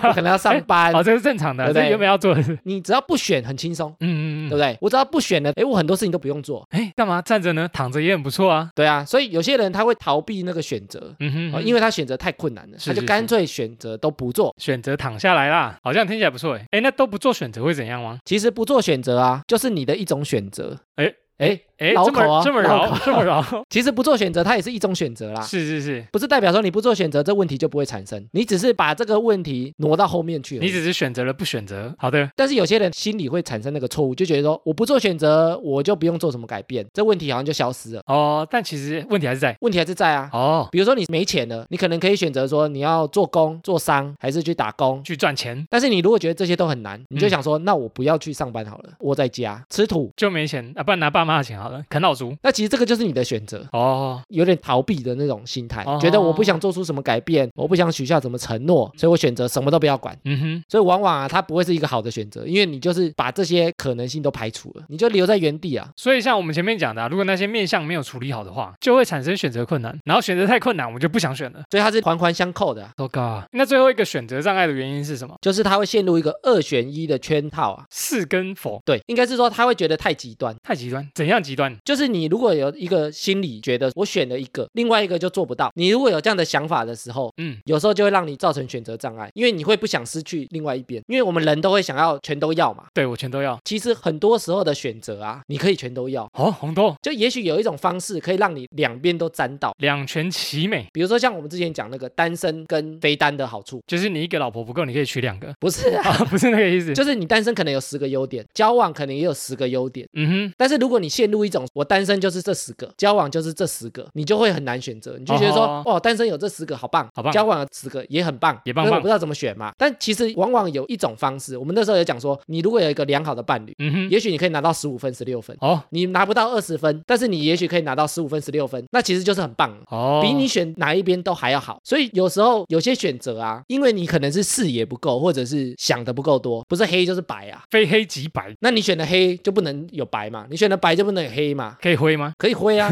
Speaker 2: 我可能要上班。
Speaker 1: 哦，这是正常的，
Speaker 2: 对不
Speaker 1: 这
Speaker 2: 对
Speaker 1: 原本要做的事。
Speaker 2: 你只要不选，很轻松，
Speaker 1: 嗯嗯嗯。
Speaker 2: 对不对？我只要不选了，诶，我很多事情都不用做。
Speaker 1: 哎，干嘛站着呢？躺着也很不错啊。
Speaker 2: 对啊，所以有些人他会逃避那个选择。
Speaker 1: 嗯哼
Speaker 2: 啊、
Speaker 1: 哼，
Speaker 2: 因为他选择太困难了，
Speaker 1: 是
Speaker 2: 他就是干
Speaker 1: 是
Speaker 2: 脆选择都不做。
Speaker 1: 选择躺下来啦，好像听起来不错哎。哎，那都不做选择会怎样吗？
Speaker 2: 其实不做选择啊，就是你的一种选择。
Speaker 1: 诶
Speaker 2: 哎，
Speaker 1: 哎，
Speaker 2: 老
Speaker 1: 这
Speaker 2: 口
Speaker 1: 么
Speaker 2: 啊
Speaker 1: 这么
Speaker 2: 老
Speaker 1: 饶，这么饶，
Speaker 2: 其实不做选择，它也是一种选 择啦。
Speaker 1: 是是是，
Speaker 2: 不是代表说你不做选择，这问题就不会产生，你只是把这个问题挪到后面去而
Speaker 1: 你
Speaker 2: 已。
Speaker 1: 只是选择了不选择。好的，
Speaker 2: 但是有些人心里会产生那个错误，就觉得说我不做选择，我就不用做什么改变，这问题好像就消失了。
Speaker 1: 哦，但其实问题还是在。
Speaker 2: 问题还是在啊，
Speaker 1: 哦，
Speaker 2: 比如说你没钱了，你可能可以选择说你要做工、做商，还是去打工。
Speaker 1: 去赚钱
Speaker 2: 但是你如果觉得这些都很难，你就
Speaker 1: 嗯
Speaker 2: 想说，那我不要去上班好了，窝在家吃土。
Speaker 1: 就没钱啊，不然拿爸妈的钱好了，啃老族。
Speaker 2: 那其实这个就是你的选择，
Speaker 1: 哦，
Speaker 2: 有点逃避的那种心态，
Speaker 1: 哦
Speaker 2: 觉得我不想做出什么改变，我不想许下什么承诺，所以我选择什么都不要管。
Speaker 1: 嗯哼，
Speaker 2: 所以往往啊，它不会是一个好的选择，因为你就是把这些可能性都排除了，你就留在原地啊。
Speaker 1: 所以像我们前面讲的、啊，如果那些面相没有处理好的话，就会产生选择困难，然后选择太困难，我们就不想选了。
Speaker 2: 所以它是环环相扣的啊、
Speaker 1: 糟糕啊！那最后一个选择障碍的原因是什么？
Speaker 2: 就是它会陷入一个二选一的圈套啊。
Speaker 1: 是跟否
Speaker 2: 对，应该是说他会觉得太极端，
Speaker 1: 太极端，怎样极端？
Speaker 2: 就是你如果有一个心理觉得我选了一个，另外一个就做不到，你如果有这样的想法的时候。
Speaker 1: 嗯，
Speaker 2: 有时候就会让你造成选择障碍，因为你会不想失去另外一边，因为我们人都会想要全都要嘛。
Speaker 1: 对我全都要。
Speaker 2: 其实很多时候的选择啊，你可以全都要，
Speaker 1: 哦，红豆
Speaker 2: 就也许有一种方式可以让你两边都沾到。
Speaker 1: 两全其美，
Speaker 2: 比如说像我们之前讲那个单身跟非单的好处，
Speaker 1: 就是你一个老婆不够，你可以娶两个
Speaker 2: 不是啊，
Speaker 1: 啊，不是那个意思。
Speaker 2: 就是你单身可能有十个优点，交往可能也有十个优点。
Speaker 1: 嗯哼，
Speaker 2: 但是如果你陷入入一种我单身就是这十个，交往就是这十个，你就会很难选择，你就觉得说，
Speaker 1: 哦
Speaker 2: 哦，单身有这十个好棒，
Speaker 1: 好棒
Speaker 2: 交往有十个也很棒，
Speaker 1: 也棒
Speaker 2: 可是
Speaker 1: 棒
Speaker 2: 我不知道怎么选嘛。但其实往往有一种方式，我们那时候也讲说，你如果有一个良好的伴侣，
Speaker 1: 嗯哼，
Speaker 2: 也许你可以拿到十五分、十六分，
Speaker 1: 哦
Speaker 2: 你拿不到二十分，但是你也许可以拿到十五分、十六分，那其实就是很棒了。
Speaker 1: 哦，
Speaker 2: 比你选哪一边都还要好。所以有时候有些选择啊，因为你可能是视野不够，或者是想的不够多，不是黑就是白啊。
Speaker 1: 非黑即白
Speaker 2: 那你选的黑就不能有白嘛？你选的白就不能有黑嘛？
Speaker 1: 可以灰吗？
Speaker 2: 可以 灰啊，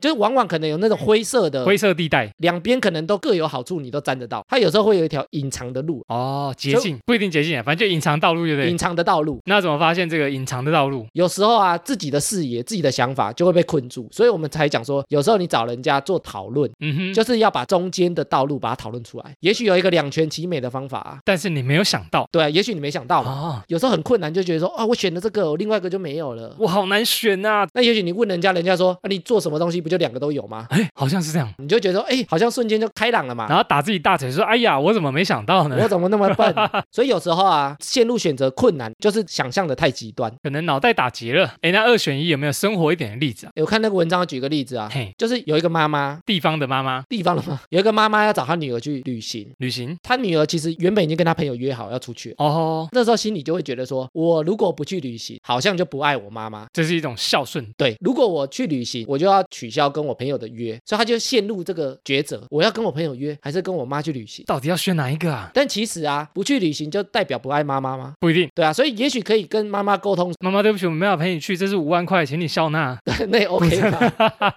Speaker 2: 就是往往可能有那种灰色的，
Speaker 1: 灰色地带
Speaker 2: 两边可能都各有好处，你都沾得到。它有时候会有一条隐藏的路，
Speaker 1: 哦，捷径不一定捷径啊，反正就隐藏道路，对不对
Speaker 2: 隐？藏的道路。
Speaker 1: 那怎么发现这个隐藏的道路？
Speaker 2: 有时候啊，自己的视野、自己的想法就会被困住，所以我们才讲说，有时候你找人家做讨论，
Speaker 1: 嗯哼，就
Speaker 2: 就是要把中间的道路把它讨论出来。也许有一个两全其美的方法啊，
Speaker 1: 但是你没有想到
Speaker 2: 对啊，也许你没想到嘛。
Speaker 1: 哦，
Speaker 2: 有时候很困难，就觉得说啊，我选了这个，我另外一个就没有了。
Speaker 1: 我好难选呐、
Speaker 2: 那也许你问人家，人家说啊，你做什么东西不就两个都有吗？
Speaker 1: 哎，好像是这样。
Speaker 2: 你就觉得说，哎，好像瞬间就开朗了嘛。
Speaker 1: 然后打自己大腿说：“哎呀，我怎么没想到呢
Speaker 2: 啊我？怎么那么笨？所以有时候啊，陷入选择困难，就是想象的太极端。
Speaker 1: 可能脑袋打结了。”哎，那二选一有没有生活一点的例子啊？
Speaker 2: 诶我看那个文章，举个例子啊，
Speaker 1: 嘿，
Speaker 2: 就是有一个妈妈，
Speaker 1: 地方的妈妈
Speaker 2: 地方的妈，有一个妈妈要找她女儿去旅行，
Speaker 1: 旅行
Speaker 2: 她女儿其实原本已经跟她朋友约好要出去了，
Speaker 1: 哦，
Speaker 2: 那时候心里就会觉得说，我如果不去旅行，好像就不爱我妈妈。
Speaker 1: 这是一种孝顺。
Speaker 2: 对，如果我去旅行，我就要取消跟我朋友的约，所以他就陷入这个抉择：我要跟我朋友约，还是跟我妈去旅行？
Speaker 1: 到底要选哪一个啊？
Speaker 2: 但其实啊，不去旅行就代表不爱妈妈吗？
Speaker 1: 不一定。
Speaker 2: 对啊，所以也许可以跟妈妈沟通，
Speaker 1: 妈妈，对不起，我没办法陪你去，这是五万块，请你笑纳。
Speaker 2: 那也 OK 吧。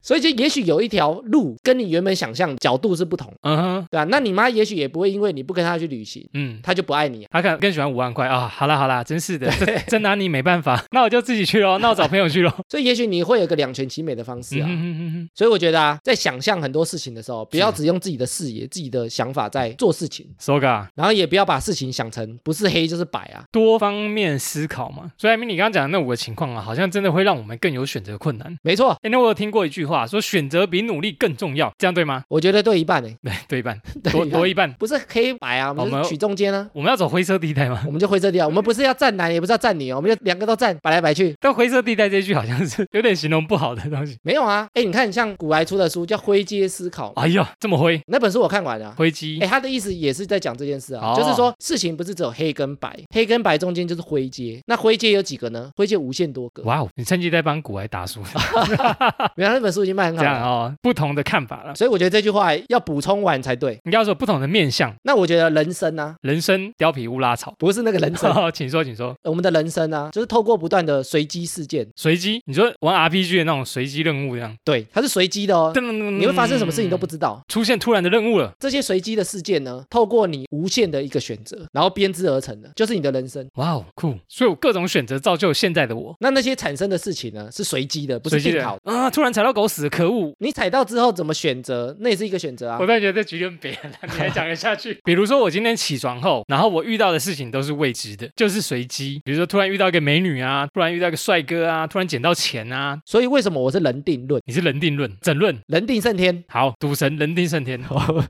Speaker 2: 所以就也许有一条路跟你原本想象角度是不同，
Speaker 1: 嗯哼，
Speaker 2: 对啊，那你妈也许也不会因为你不跟她去旅行，
Speaker 1: 嗯，
Speaker 2: 她就不爱你、啊。
Speaker 1: 他可能更喜欢五万块啊、好啦好啦，真是的，这真拿你没办法。那我就自己去喽，那我找朋友去 喽。
Speaker 2: 所以也许你会有个两全其美的方式
Speaker 1: 嗯
Speaker 2: 啊。
Speaker 1: 哼哼哼哼
Speaker 2: 所以我觉得啊，在想象很多事情的时候，不要只用自己的视野、自己的想法在做事情。
Speaker 1: ，Soga，
Speaker 2: 然后也不要把事情想成不是黑就是白啊。
Speaker 1: 多方面思考嘛。所以，明你刚刚讲的那五个情况啊，好像真的会让我们更有选择困难。
Speaker 2: 没错，
Speaker 1: 哎，那我有听过一句话，说选择比努力更重要，这样对吗？
Speaker 2: 我觉得 对一半呢，欸
Speaker 1: 对，对一半，
Speaker 2: 对
Speaker 1: 多
Speaker 2: 一半
Speaker 1: 多一半。
Speaker 2: 不是黑白啊，我
Speaker 1: 我们
Speaker 2: 们就是取中间啊。
Speaker 1: 我们要走灰色地带 吗？
Speaker 2: 我们就灰色地带，我们不是要站男，也不是要站女哦，我们就两个都站，摆来摆去。
Speaker 1: 但灰色地带这一句好像是有点形容不好的东 西。
Speaker 2: 没有啊，哎，你看像古来出的书叫《灰阶思考》，
Speaker 1: 哎呀，这么灰
Speaker 2: 那本书我看完了、啊。
Speaker 1: 灰机
Speaker 2: 哎，他的意思也是在讲这件事啊，
Speaker 1: 哦
Speaker 2: 就是说事情不是只有黑跟白，黑跟白中间就是灰阶，那灰阶有几个呢？灰阶无限多个。
Speaker 1: 哇哦，你趁机在帮古来打 书，
Speaker 2: 原来那本书已经卖很
Speaker 1: 这
Speaker 2: 好
Speaker 1: 样
Speaker 2: 了，
Speaker 1: 哦，不同的看法了。
Speaker 2: 所以我觉得这句话要补充完才对。
Speaker 1: 应该说不同的面向，
Speaker 2: 那我觉得人生呢、
Speaker 1: 人生貂皮乌拉草。
Speaker 2: 不是那个 人生，
Speaker 1: 好，请说，请说。
Speaker 2: 我们的人生啊，就是透过不断的随机事件，
Speaker 1: 随机，你说玩 RPG 的那种随机任务这样，
Speaker 2: 对，它是随机的哦，
Speaker 1: 你
Speaker 2: 你会发生什么事情都不知道。
Speaker 1: 出现突然的任务了。
Speaker 2: 这些随机的事件呢，透过你无限的一个选择，然后编织而成的，就是你的人生。
Speaker 1: 哇哦，酷！所以我各种选择造就现在的我，
Speaker 2: 那那些产生的事情呢，是随机的，不是
Speaker 1: 随机
Speaker 2: 定
Speaker 1: 的
Speaker 2: 好的。
Speaker 1: 啊！突然踩到狗屎，可恶！
Speaker 2: 你踩到之后怎么选择，那也是一个选择啊
Speaker 1: 我。突然觉得这局有点扁了，你还讲得下去？ 比如说我今天起床后，然后我遇到的事情都是未知的，就是随机。比如说突然遇到一个美女啊，突然遇到一个帅哥啊，突然捡到钱啊，
Speaker 2: 所以为什么我是人定论，
Speaker 1: 你是人定论，整论。
Speaker 2: 人定 胜天？啊
Speaker 1: 好，赌神人定胜天，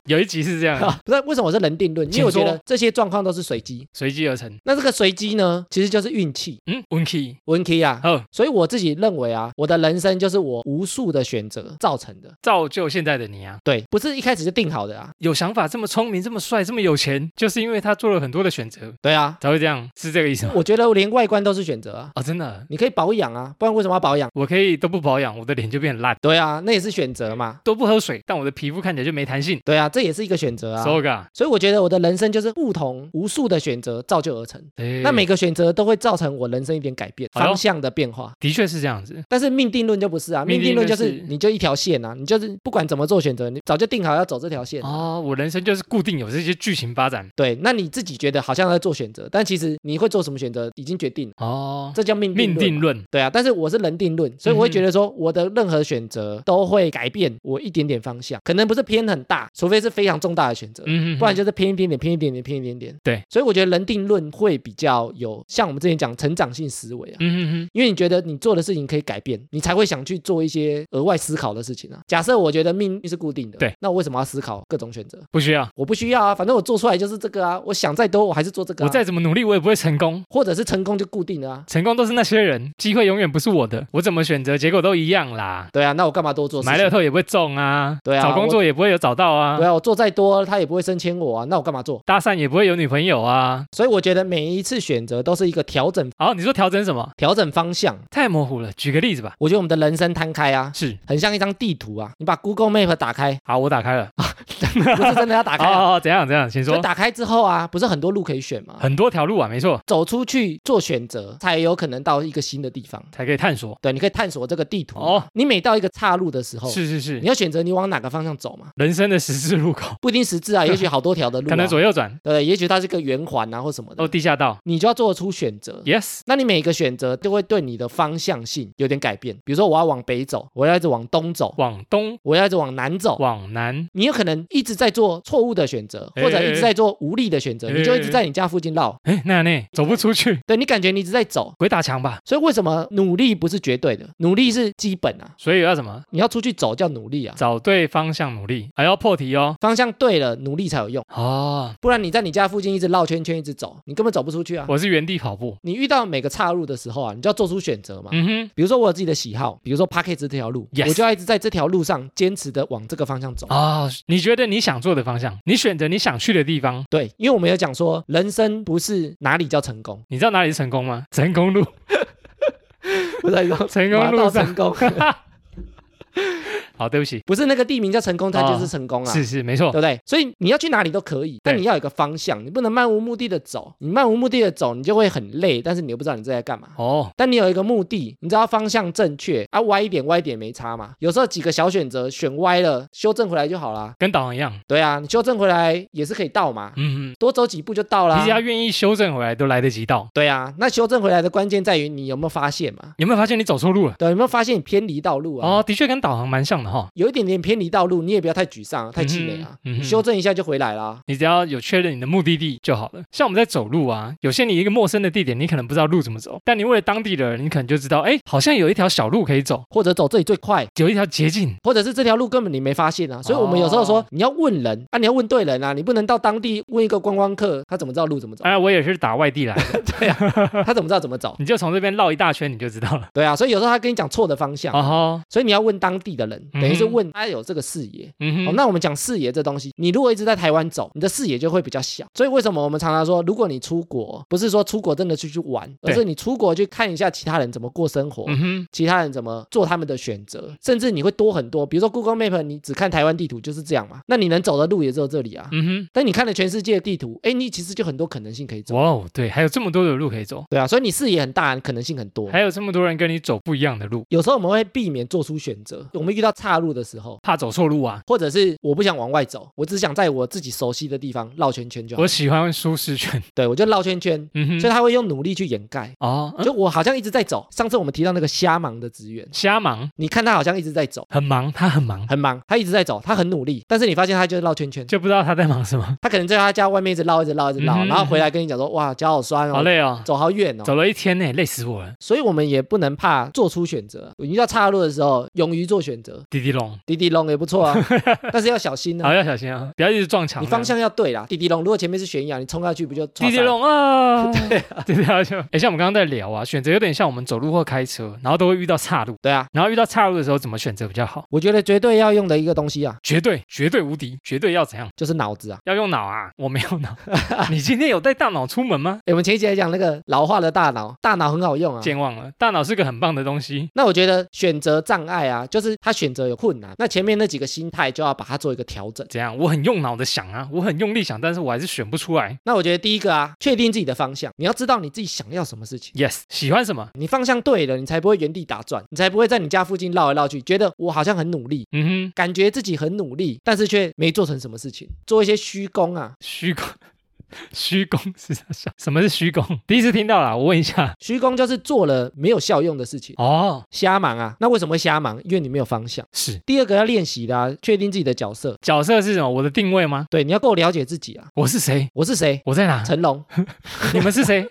Speaker 1: 有一集是这 样的，
Speaker 2: 不是为什么我是人定论？因为我觉
Speaker 1: 请
Speaker 2: 得
Speaker 1: 说
Speaker 2: 这些状况都是随机。
Speaker 1: 随机而成。
Speaker 2: 那这个随机呢，其实就是运气
Speaker 1: 嗯，Winky，
Speaker 2: w i 啊。
Speaker 1: 好，
Speaker 2: 所以我自己认为啊，我的人生就是我无数的选择造成的。
Speaker 1: 造就现在的你啊。
Speaker 2: 对，不是一开始就定好的啊。
Speaker 1: 有想法、这么聪明、这么帅、这么有钱，就是因为他做了很多的选择
Speaker 2: 对啊，
Speaker 1: 才会这样，是这个意 思吗？
Speaker 2: 我觉得连外观都是选择啊。
Speaker 1: 哦，真的，
Speaker 2: 你可以保养啊，不然为什么要保养？
Speaker 1: 我可以都不保养，我的脸就变烂；
Speaker 2: 对啊，那也是选择嘛。
Speaker 1: 都不喝水，但我的皮肤看起来就没弹性。
Speaker 2: 对啊，这也是一个选择啊。
Speaker 1: so ga，
Speaker 2: 所以我觉得我的人生就是不同无数的选择造就而成，
Speaker 1: 对
Speaker 2: 那每个选择都会造成我人生一点改变
Speaker 1: 好哟
Speaker 2: 方向的变化。
Speaker 1: 的确是这样子，
Speaker 2: 但是命定论就不是啊，
Speaker 1: 命
Speaker 2: 命
Speaker 1: 定
Speaker 2: 定
Speaker 1: 论
Speaker 2: 论就是
Speaker 1: 是
Speaker 2: 你就一条线啊，你就是不管怎么做选择，你早就定好要走这条线。
Speaker 1: 哦，我人生就是固定有这些剧情发展，
Speaker 2: 对，那你自己觉得好像在做选择，但其实你会做什么选择已经决定了，
Speaker 1: 哦，
Speaker 2: 这叫命定
Speaker 1: 命
Speaker 2: 论
Speaker 1: 定
Speaker 2: 嘛。
Speaker 1: 论，
Speaker 2: 对啊，但是我是人定论，所以我会
Speaker 1: 嗯哼
Speaker 2: 觉得说，我的任何选择都会改变我一点点方向，可能不是偏很大，除非是非常重大的选择，
Speaker 1: 嗯哼
Speaker 2: 不然就是偏一点点，偏一点点，偏一点点。
Speaker 1: 对，
Speaker 2: 所以我觉得人定论会比较有像我们之前讲成长性思维啊，
Speaker 1: 嗯哼哼。
Speaker 2: 因为你觉得你做的事情可以改变，你才会想去做一些额外思考的事情啊。假设我觉得命运是固定的，
Speaker 1: 对，
Speaker 2: 那我为什么要思考各种选择？
Speaker 1: 不需要。
Speaker 2: 我不需要啊，反正我做出来就是这个啊，我想再多我还是做这个、啊，
Speaker 1: 我再怎么努力，我也不会成功。
Speaker 2: 或者是成功就固定了啊。
Speaker 1: 成功都是那些人，机会永远不是我的，我怎么选择，结果都一样啦。
Speaker 2: 对啊，那我干嘛多做事情？
Speaker 1: 买乐透也不会中啊，
Speaker 2: 对啊
Speaker 1: 找工作也不会有找到啊
Speaker 2: 对，啊，我做再多他也不会升迁我啊，那我干嘛做？
Speaker 1: 搭讪也不会有女朋友啊。
Speaker 2: 所以我觉得每一次选择都是一个调整
Speaker 1: 好，你说调整什么？
Speaker 2: 调整方向。
Speaker 1: 太模糊了，举个例子吧。
Speaker 2: 我觉得我们的人生摊开啊，
Speaker 1: 是，
Speaker 2: 很像一张地图啊，你把 Google Map 打开，
Speaker 1: 好，我打开了。
Speaker 2: 不是真的要打
Speaker 1: 哦
Speaker 2: 开、啊。
Speaker 1: 哦哦，怎样怎样，请
Speaker 2: 就
Speaker 1: 说。
Speaker 2: 打开之后啊，不是很多路可以选吗？
Speaker 1: 很多条路啊，没错，
Speaker 2: 走出去做选择，才有可能到一个新的地方。
Speaker 1: 才可以探索。
Speaker 2: 对，你可以探索这个地图。
Speaker 1: 哦
Speaker 2: 哦，你每到一个岔路的时候，
Speaker 1: 是是是
Speaker 2: 你，要选择你往哪个方向走嘛？
Speaker 1: 人生的十字路口，
Speaker 2: 不一定 十字啊，也许好多条的路、啊，
Speaker 1: 可能左右转
Speaker 2: 对，也许它是个圆环啊或什么的，
Speaker 1: 哦，地下道。
Speaker 2: 你就要做出选择。
Speaker 1: Yes，
Speaker 2: 那你每个选择就会对你的方向性有点改变。比如说，我要往北走，我要一直往东走，
Speaker 1: 往东，
Speaker 2: 我要一直往南走。
Speaker 1: 往南。
Speaker 2: 你有可能一直在做错误的选择，或者一直在做无力的选择，
Speaker 1: 哎
Speaker 2: 你就一直在你家附近绕。
Speaker 1: 哎，那那走不出去，
Speaker 2: 对你感觉你一直在走，
Speaker 1: 鬼打墙吧。
Speaker 2: 所以为什么努力不是绝对的？努力是基本啊，
Speaker 1: 所以要什么？
Speaker 2: 你要出去走叫努力啊。
Speaker 1: 找对方向努力，还要破题哦。
Speaker 2: 方向对了，努力才有用，
Speaker 1: 哦，
Speaker 2: 不然你在你家附近一直绕圈圈，一直走，你根本走不出去啊。
Speaker 1: 我是原地跑步。
Speaker 2: 你遇到每个岔路的时候啊，你就要做出选择嘛。
Speaker 1: 嗯哼。
Speaker 2: 比如说我有自己的喜好，比如说 p a c k a g e 这条路
Speaker 1: Yes
Speaker 2: 我就要一直在这条路上坚持的往这个方向走。
Speaker 1: 哦，你觉得你想做的方向，你选择你想去的地方，，
Speaker 2: 对，因为我们有讲说，人生不是哪里叫成功
Speaker 1: 你知道哪里是成功吗？成功路，
Speaker 2: 不是说
Speaker 1: 成功
Speaker 2: 马
Speaker 1: 路
Speaker 2: 到
Speaker 1: 上。
Speaker 2: 成功，
Speaker 1: 好，对不起，
Speaker 2: 不是那个地名叫成功，它就是成功啊。
Speaker 1: 是是没错
Speaker 2: 对，不对？所以你要去哪里都可以，但
Speaker 1: 对
Speaker 2: 你要有一个方向，你不能漫无目的的走。你漫无目的的走，你就会很累，但是你又不知道你在干嘛。
Speaker 1: 哦，
Speaker 2: 但你有一个目的，你知道方向正确啊，歪一点歪一点没差嘛。有时候几个小选择选歪了，修正回来就好啦。
Speaker 1: 跟导航一样，
Speaker 2: 对啊，你修正回来也是可以到嘛，
Speaker 1: 嗯
Speaker 2: 多走几步就到
Speaker 1: 哼，你
Speaker 2: 啦
Speaker 1: 只。要愿意修正回来，都来得及到。
Speaker 2: 对啊，那修正回来的关键在于你有没有发现嘛？
Speaker 1: 有没有发现你走错路了？
Speaker 2: 对，有没有发现你偏离道路啊？
Speaker 1: 哦，的确跟导航蛮像的哈。
Speaker 2: 有一点点偏离道路，你也不要太沮丧、啊、太气馁啊，
Speaker 1: 嗯哼嗯哼
Speaker 2: 你修正一下就回来啦。
Speaker 1: 你只要有确认你的目的地就好了。像我们在走路啊，有些你一个陌生的地点，你可能不知道路怎么走，但你为了当地的人，你可能就知道，哎，好像有一条小路可以走，
Speaker 2: 或者走这里最快，
Speaker 1: 有一条捷径。
Speaker 2: 或者是这条路根本你没发现啊，所以我们有时候说、
Speaker 1: 哦
Speaker 2: 你要问人啊，你要问对人啊，你不能到当地问一个观光客，他怎么知道路怎么走
Speaker 1: 当？然，哎我也是打外地来的， 哎
Speaker 2: 他怎么知道怎么走？
Speaker 1: 你就从这边绕一大圈，你就知道了。
Speaker 2: 对啊，所以有时候他跟你讲错的方向，
Speaker 1: 哦吼，
Speaker 2: 所以你要问当地的人，等于是
Speaker 1: 嗯哼
Speaker 2: 问他有这个视野。
Speaker 1: 嗯
Speaker 2: 哦
Speaker 1: 哼，，
Speaker 2: 那我们讲视野这东西，你如果一直在台湾走，你的视野就会比较小。所以为什么我们常常说，如果你出国，不是说出国真的去去玩，
Speaker 1: 对
Speaker 2: 而是你出国去看一下其他人怎么过生活。
Speaker 1: 嗯哼，
Speaker 2: 其他人怎么做他们的选择，甚至你会多很多。比如说 Google Map，你只看台湾地图就是这样嘛，那你能走的路也只有这里啊。
Speaker 1: 嗯哼。
Speaker 2: 但你看了全世界的地图，哎，你其实就很多可能性可以走。
Speaker 1: 哇哦，对，还有这么多的路可以走，
Speaker 2: 对啊，所以你视野很大，可能性很多。
Speaker 1: 还有这么多人跟你走不一样的路，
Speaker 2: 有时候我们会避免做出选择，我们遇到岔路的时候，
Speaker 1: 怕走错路啊。
Speaker 2: 或者是我不想往外走，我只想在我自己熟悉的地方绕圈圈就好
Speaker 1: 我。喜欢舒适圈，
Speaker 2: 对，我就绕圈圈，
Speaker 1: 嗯
Speaker 2: 所
Speaker 1: 哼，
Speaker 2: 以他会用努力去掩盖。
Speaker 1: 哦，嗯
Speaker 2: 就我好像一直在走，上次我们提到那个瞎忙的职员，
Speaker 1: 瞎忙，
Speaker 2: 你看他好像一直在走，
Speaker 1: 很忙，他很忙，
Speaker 2: 很忙，他一直在走，他很努力，但是你发现他就是绕圈圈，
Speaker 1: 就不知道他在忙什么，
Speaker 2: 他可能在他家外面一直绕，一直绕，一直绕，
Speaker 1: 嗯哼
Speaker 2: 然后回来跟你讲说，哇，脚好酸
Speaker 1: 好
Speaker 2: 哦，
Speaker 1: 累哦，
Speaker 2: 走好远哦。
Speaker 1: 走了一天呢，累死我了，
Speaker 2: 所以我们也不能怕做出选择，遇到岔路的时候，勇于做选择，
Speaker 1: 滴滴龙。
Speaker 2: 滴滴龙也不 错啊，但是要小心
Speaker 1: 好，
Speaker 2: 啊。
Speaker 1: 要小心啊，不要一直撞墙。
Speaker 2: 你方向要对啦，滴滴龙。如果前面是悬崖，你冲下去不就？
Speaker 1: 滴滴，龙 啊，对 啊，对啊，就哎，像我们刚刚在聊啊，选择有点像我们走路或开车，然后都会遇到岔路，
Speaker 2: 对啊，
Speaker 1: 然后遇到岔路的时候怎么选择比较好？
Speaker 2: 我觉得绝对要用的一个东西啊，
Speaker 1: 绝对绝对无敌，绝对要怎样？
Speaker 2: 就是脑子啊。
Speaker 1: 要用脑啊！我没 有脑，你今天有带大脑出门吗？
Speaker 2: 诶我们前一集还讲那个老化的大脑，大脑很好用啊。
Speaker 1: 健忘了，大脑是个很棒的东西。
Speaker 2: 那我觉得选择障碍啊，就是他选择有困难，那前面那几个心态就要把它做一个调整。
Speaker 1: 怎样？我很用脑的想啊，我很用力想，但是我还是选不出来。
Speaker 2: 那我觉得第一个啊，确定自己的方向，你要知道你自己想要什么事情。
Speaker 1: Yes，喜欢什么？
Speaker 2: 你方向对了，你才不会原地打转，你才不会在你家附近绕来绕去，觉得我好像很努力，
Speaker 1: 嗯哼，
Speaker 2: 感觉自己很努力，但是却没做成什么事情，做一些虚功啊。
Speaker 1: 虚功， 虚功是啥？什么是虚功？第一次听到啦，我问一下。
Speaker 2: 虚功就是做了没有效用的事情，
Speaker 1: 哦，
Speaker 2: 瞎忙啊。那为什么会瞎忙？因为你没有方向。
Speaker 1: 是
Speaker 2: 第二个要练习的啊，确定自己的角色，
Speaker 1: 角色是什么？我的定位吗？
Speaker 2: 对，你要够了解自己啊。
Speaker 1: 我是谁？
Speaker 2: 我是谁？
Speaker 1: 我在哪？
Speaker 2: 成龙，
Speaker 1: 你们是谁？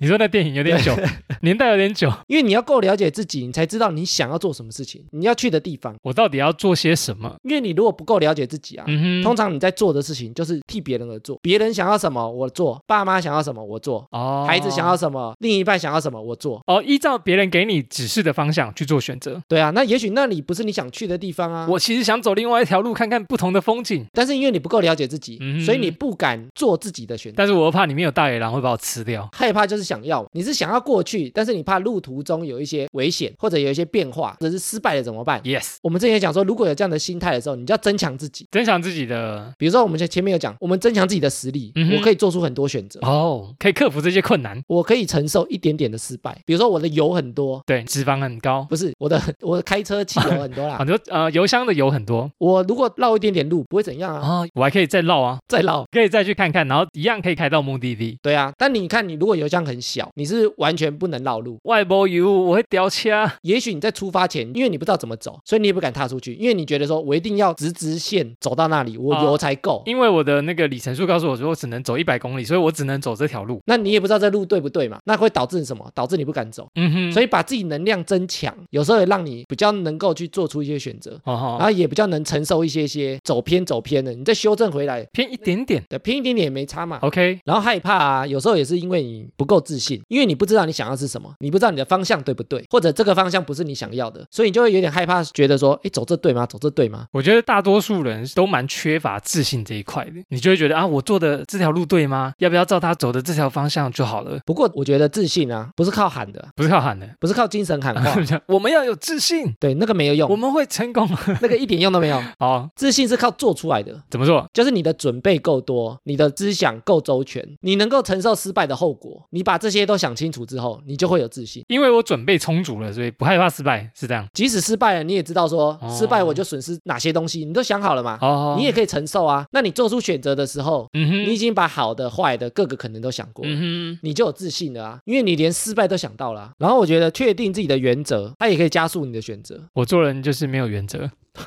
Speaker 1: 你说那电影有点久，年代有点久，
Speaker 2: 因为你要够了解自己，你才知道你想要做什么事情，你要去的地方。
Speaker 1: 我到底要做些什么？
Speaker 2: 因为你如果不够了解自己啊，
Speaker 1: 嗯哼，
Speaker 2: 通常你在做的事情就是替别人而做，别人想要什么我做，爸妈想要什么我做，
Speaker 1: 哦，
Speaker 2: 孩子想要什么，另一半想要什么我做。
Speaker 1: 哦，依照别人给你指示的方向去做选择。
Speaker 2: 对啊，那也许那里不是你想去的地方啊。
Speaker 1: 我其实想走另外一条路，看看不同的风景，
Speaker 2: 但是因为你不够了解自己，
Speaker 1: 嗯
Speaker 2: 所以你不敢做自己的选择。
Speaker 1: 但是我又怕里面有大野狼会把我吃掉。
Speaker 2: 害怕就是想要，你是想要过去，但是你怕路途中有一些危险，或者有一些变化，或者是失败了怎么办？
Speaker 1: Yes，
Speaker 2: 我们之前讲说，如果有这样的心态的时候，你就要增强自己。
Speaker 1: 增强自己的
Speaker 2: 比如说，我们前前面有讲，我们增强自己的实力，
Speaker 1: 嗯哼
Speaker 2: 我可以做出很多选择，
Speaker 1: 哦，可以克服这些困难。
Speaker 2: 我可以承受一点点的失败。比如说，我的油很多，
Speaker 1: 对，脂肪很高，
Speaker 2: 不是我的 我的开车 汽油很多啦
Speaker 1: 很，多呃油箱的油很多
Speaker 2: 我如果绕一点点路不会怎样啊，
Speaker 1: 哦，我还可以再绕啊，
Speaker 2: 再绕。
Speaker 1: 可以再去看看，然后一样可以开到目的地。
Speaker 2: 对啊，但你看，你如果油箱很小，你是完全不能绕路。
Speaker 1: 外包油我会掉车，啊
Speaker 2: 也许你在出发前，因为你不知道怎么走，所以你也不敢踏出去，因为你觉得说我一定要直直线走到那里，我
Speaker 1: 哦
Speaker 2: 油才够。
Speaker 1: 因为我的那个里程数告诉我说我只能走一百公里，所以我只能走这条路。
Speaker 2: 那你也不知道这路对不对嘛？那会导致什么？导致你不敢走。
Speaker 1: 嗯哼，
Speaker 2: 所
Speaker 1: 以
Speaker 2: 以把自己能量增强，有时候也让你比较能够去做出一些选择，
Speaker 1: 哦
Speaker 2: 然
Speaker 1: 吼，
Speaker 2: 后也比较能承受一些些走偏走偏的，你再修正回来，
Speaker 1: 偏一点点
Speaker 2: 对，偏一点点也没差嘛。
Speaker 1: ，OK，
Speaker 2: 然后害怕啊，有时候也是因为你不够自信，因为你不知道你想要是什么，你不知道你的方向对不对，或者这个方向不是你想要的，所以你就会有点害怕，觉得说，哎，走这对吗？走这对吗？
Speaker 1: 我觉得大多数人都蛮缺乏自信这一块的，你就会觉得啊，我做的这条路对吗？要不要照他走的这条方向就好了？
Speaker 2: 不过我觉得自信啊，不是靠喊的，
Speaker 1: 不是靠喊的，
Speaker 2: 不是靠精神 喊话，
Speaker 1: 我们要有自信，
Speaker 2: 对，那个没有
Speaker 1: 我
Speaker 2: 用，
Speaker 1: 们会成功。
Speaker 2: 那个一点用都没有。
Speaker 1: 好，
Speaker 2: 自信是靠做出来的，
Speaker 1: 怎么做？
Speaker 2: 就是你的准备够多，你的思想够周全，你能够承受失败的后果，你把这些都想清楚之后，你就会有自信。
Speaker 1: 因为我准备充足了，所以不害怕失败，是这样。
Speaker 2: 即使失败了，你也知道说
Speaker 1: 哦
Speaker 2: 失败我就损失哪些东西，你都想好了嘛，
Speaker 1: 哦，
Speaker 2: 你也，可以承受啊。那你做出选择的时候，
Speaker 1: 嗯哼，
Speaker 2: 你已经把好的、坏的各个可能都想过了。
Speaker 1: 嗯
Speaker 2: 你就有自信了啊，因为你连失败都想到了啊、然后我觉得确定自己的原则，它也可以加速你的选择
Speaker 1: 哼。，我做人就是没有原则。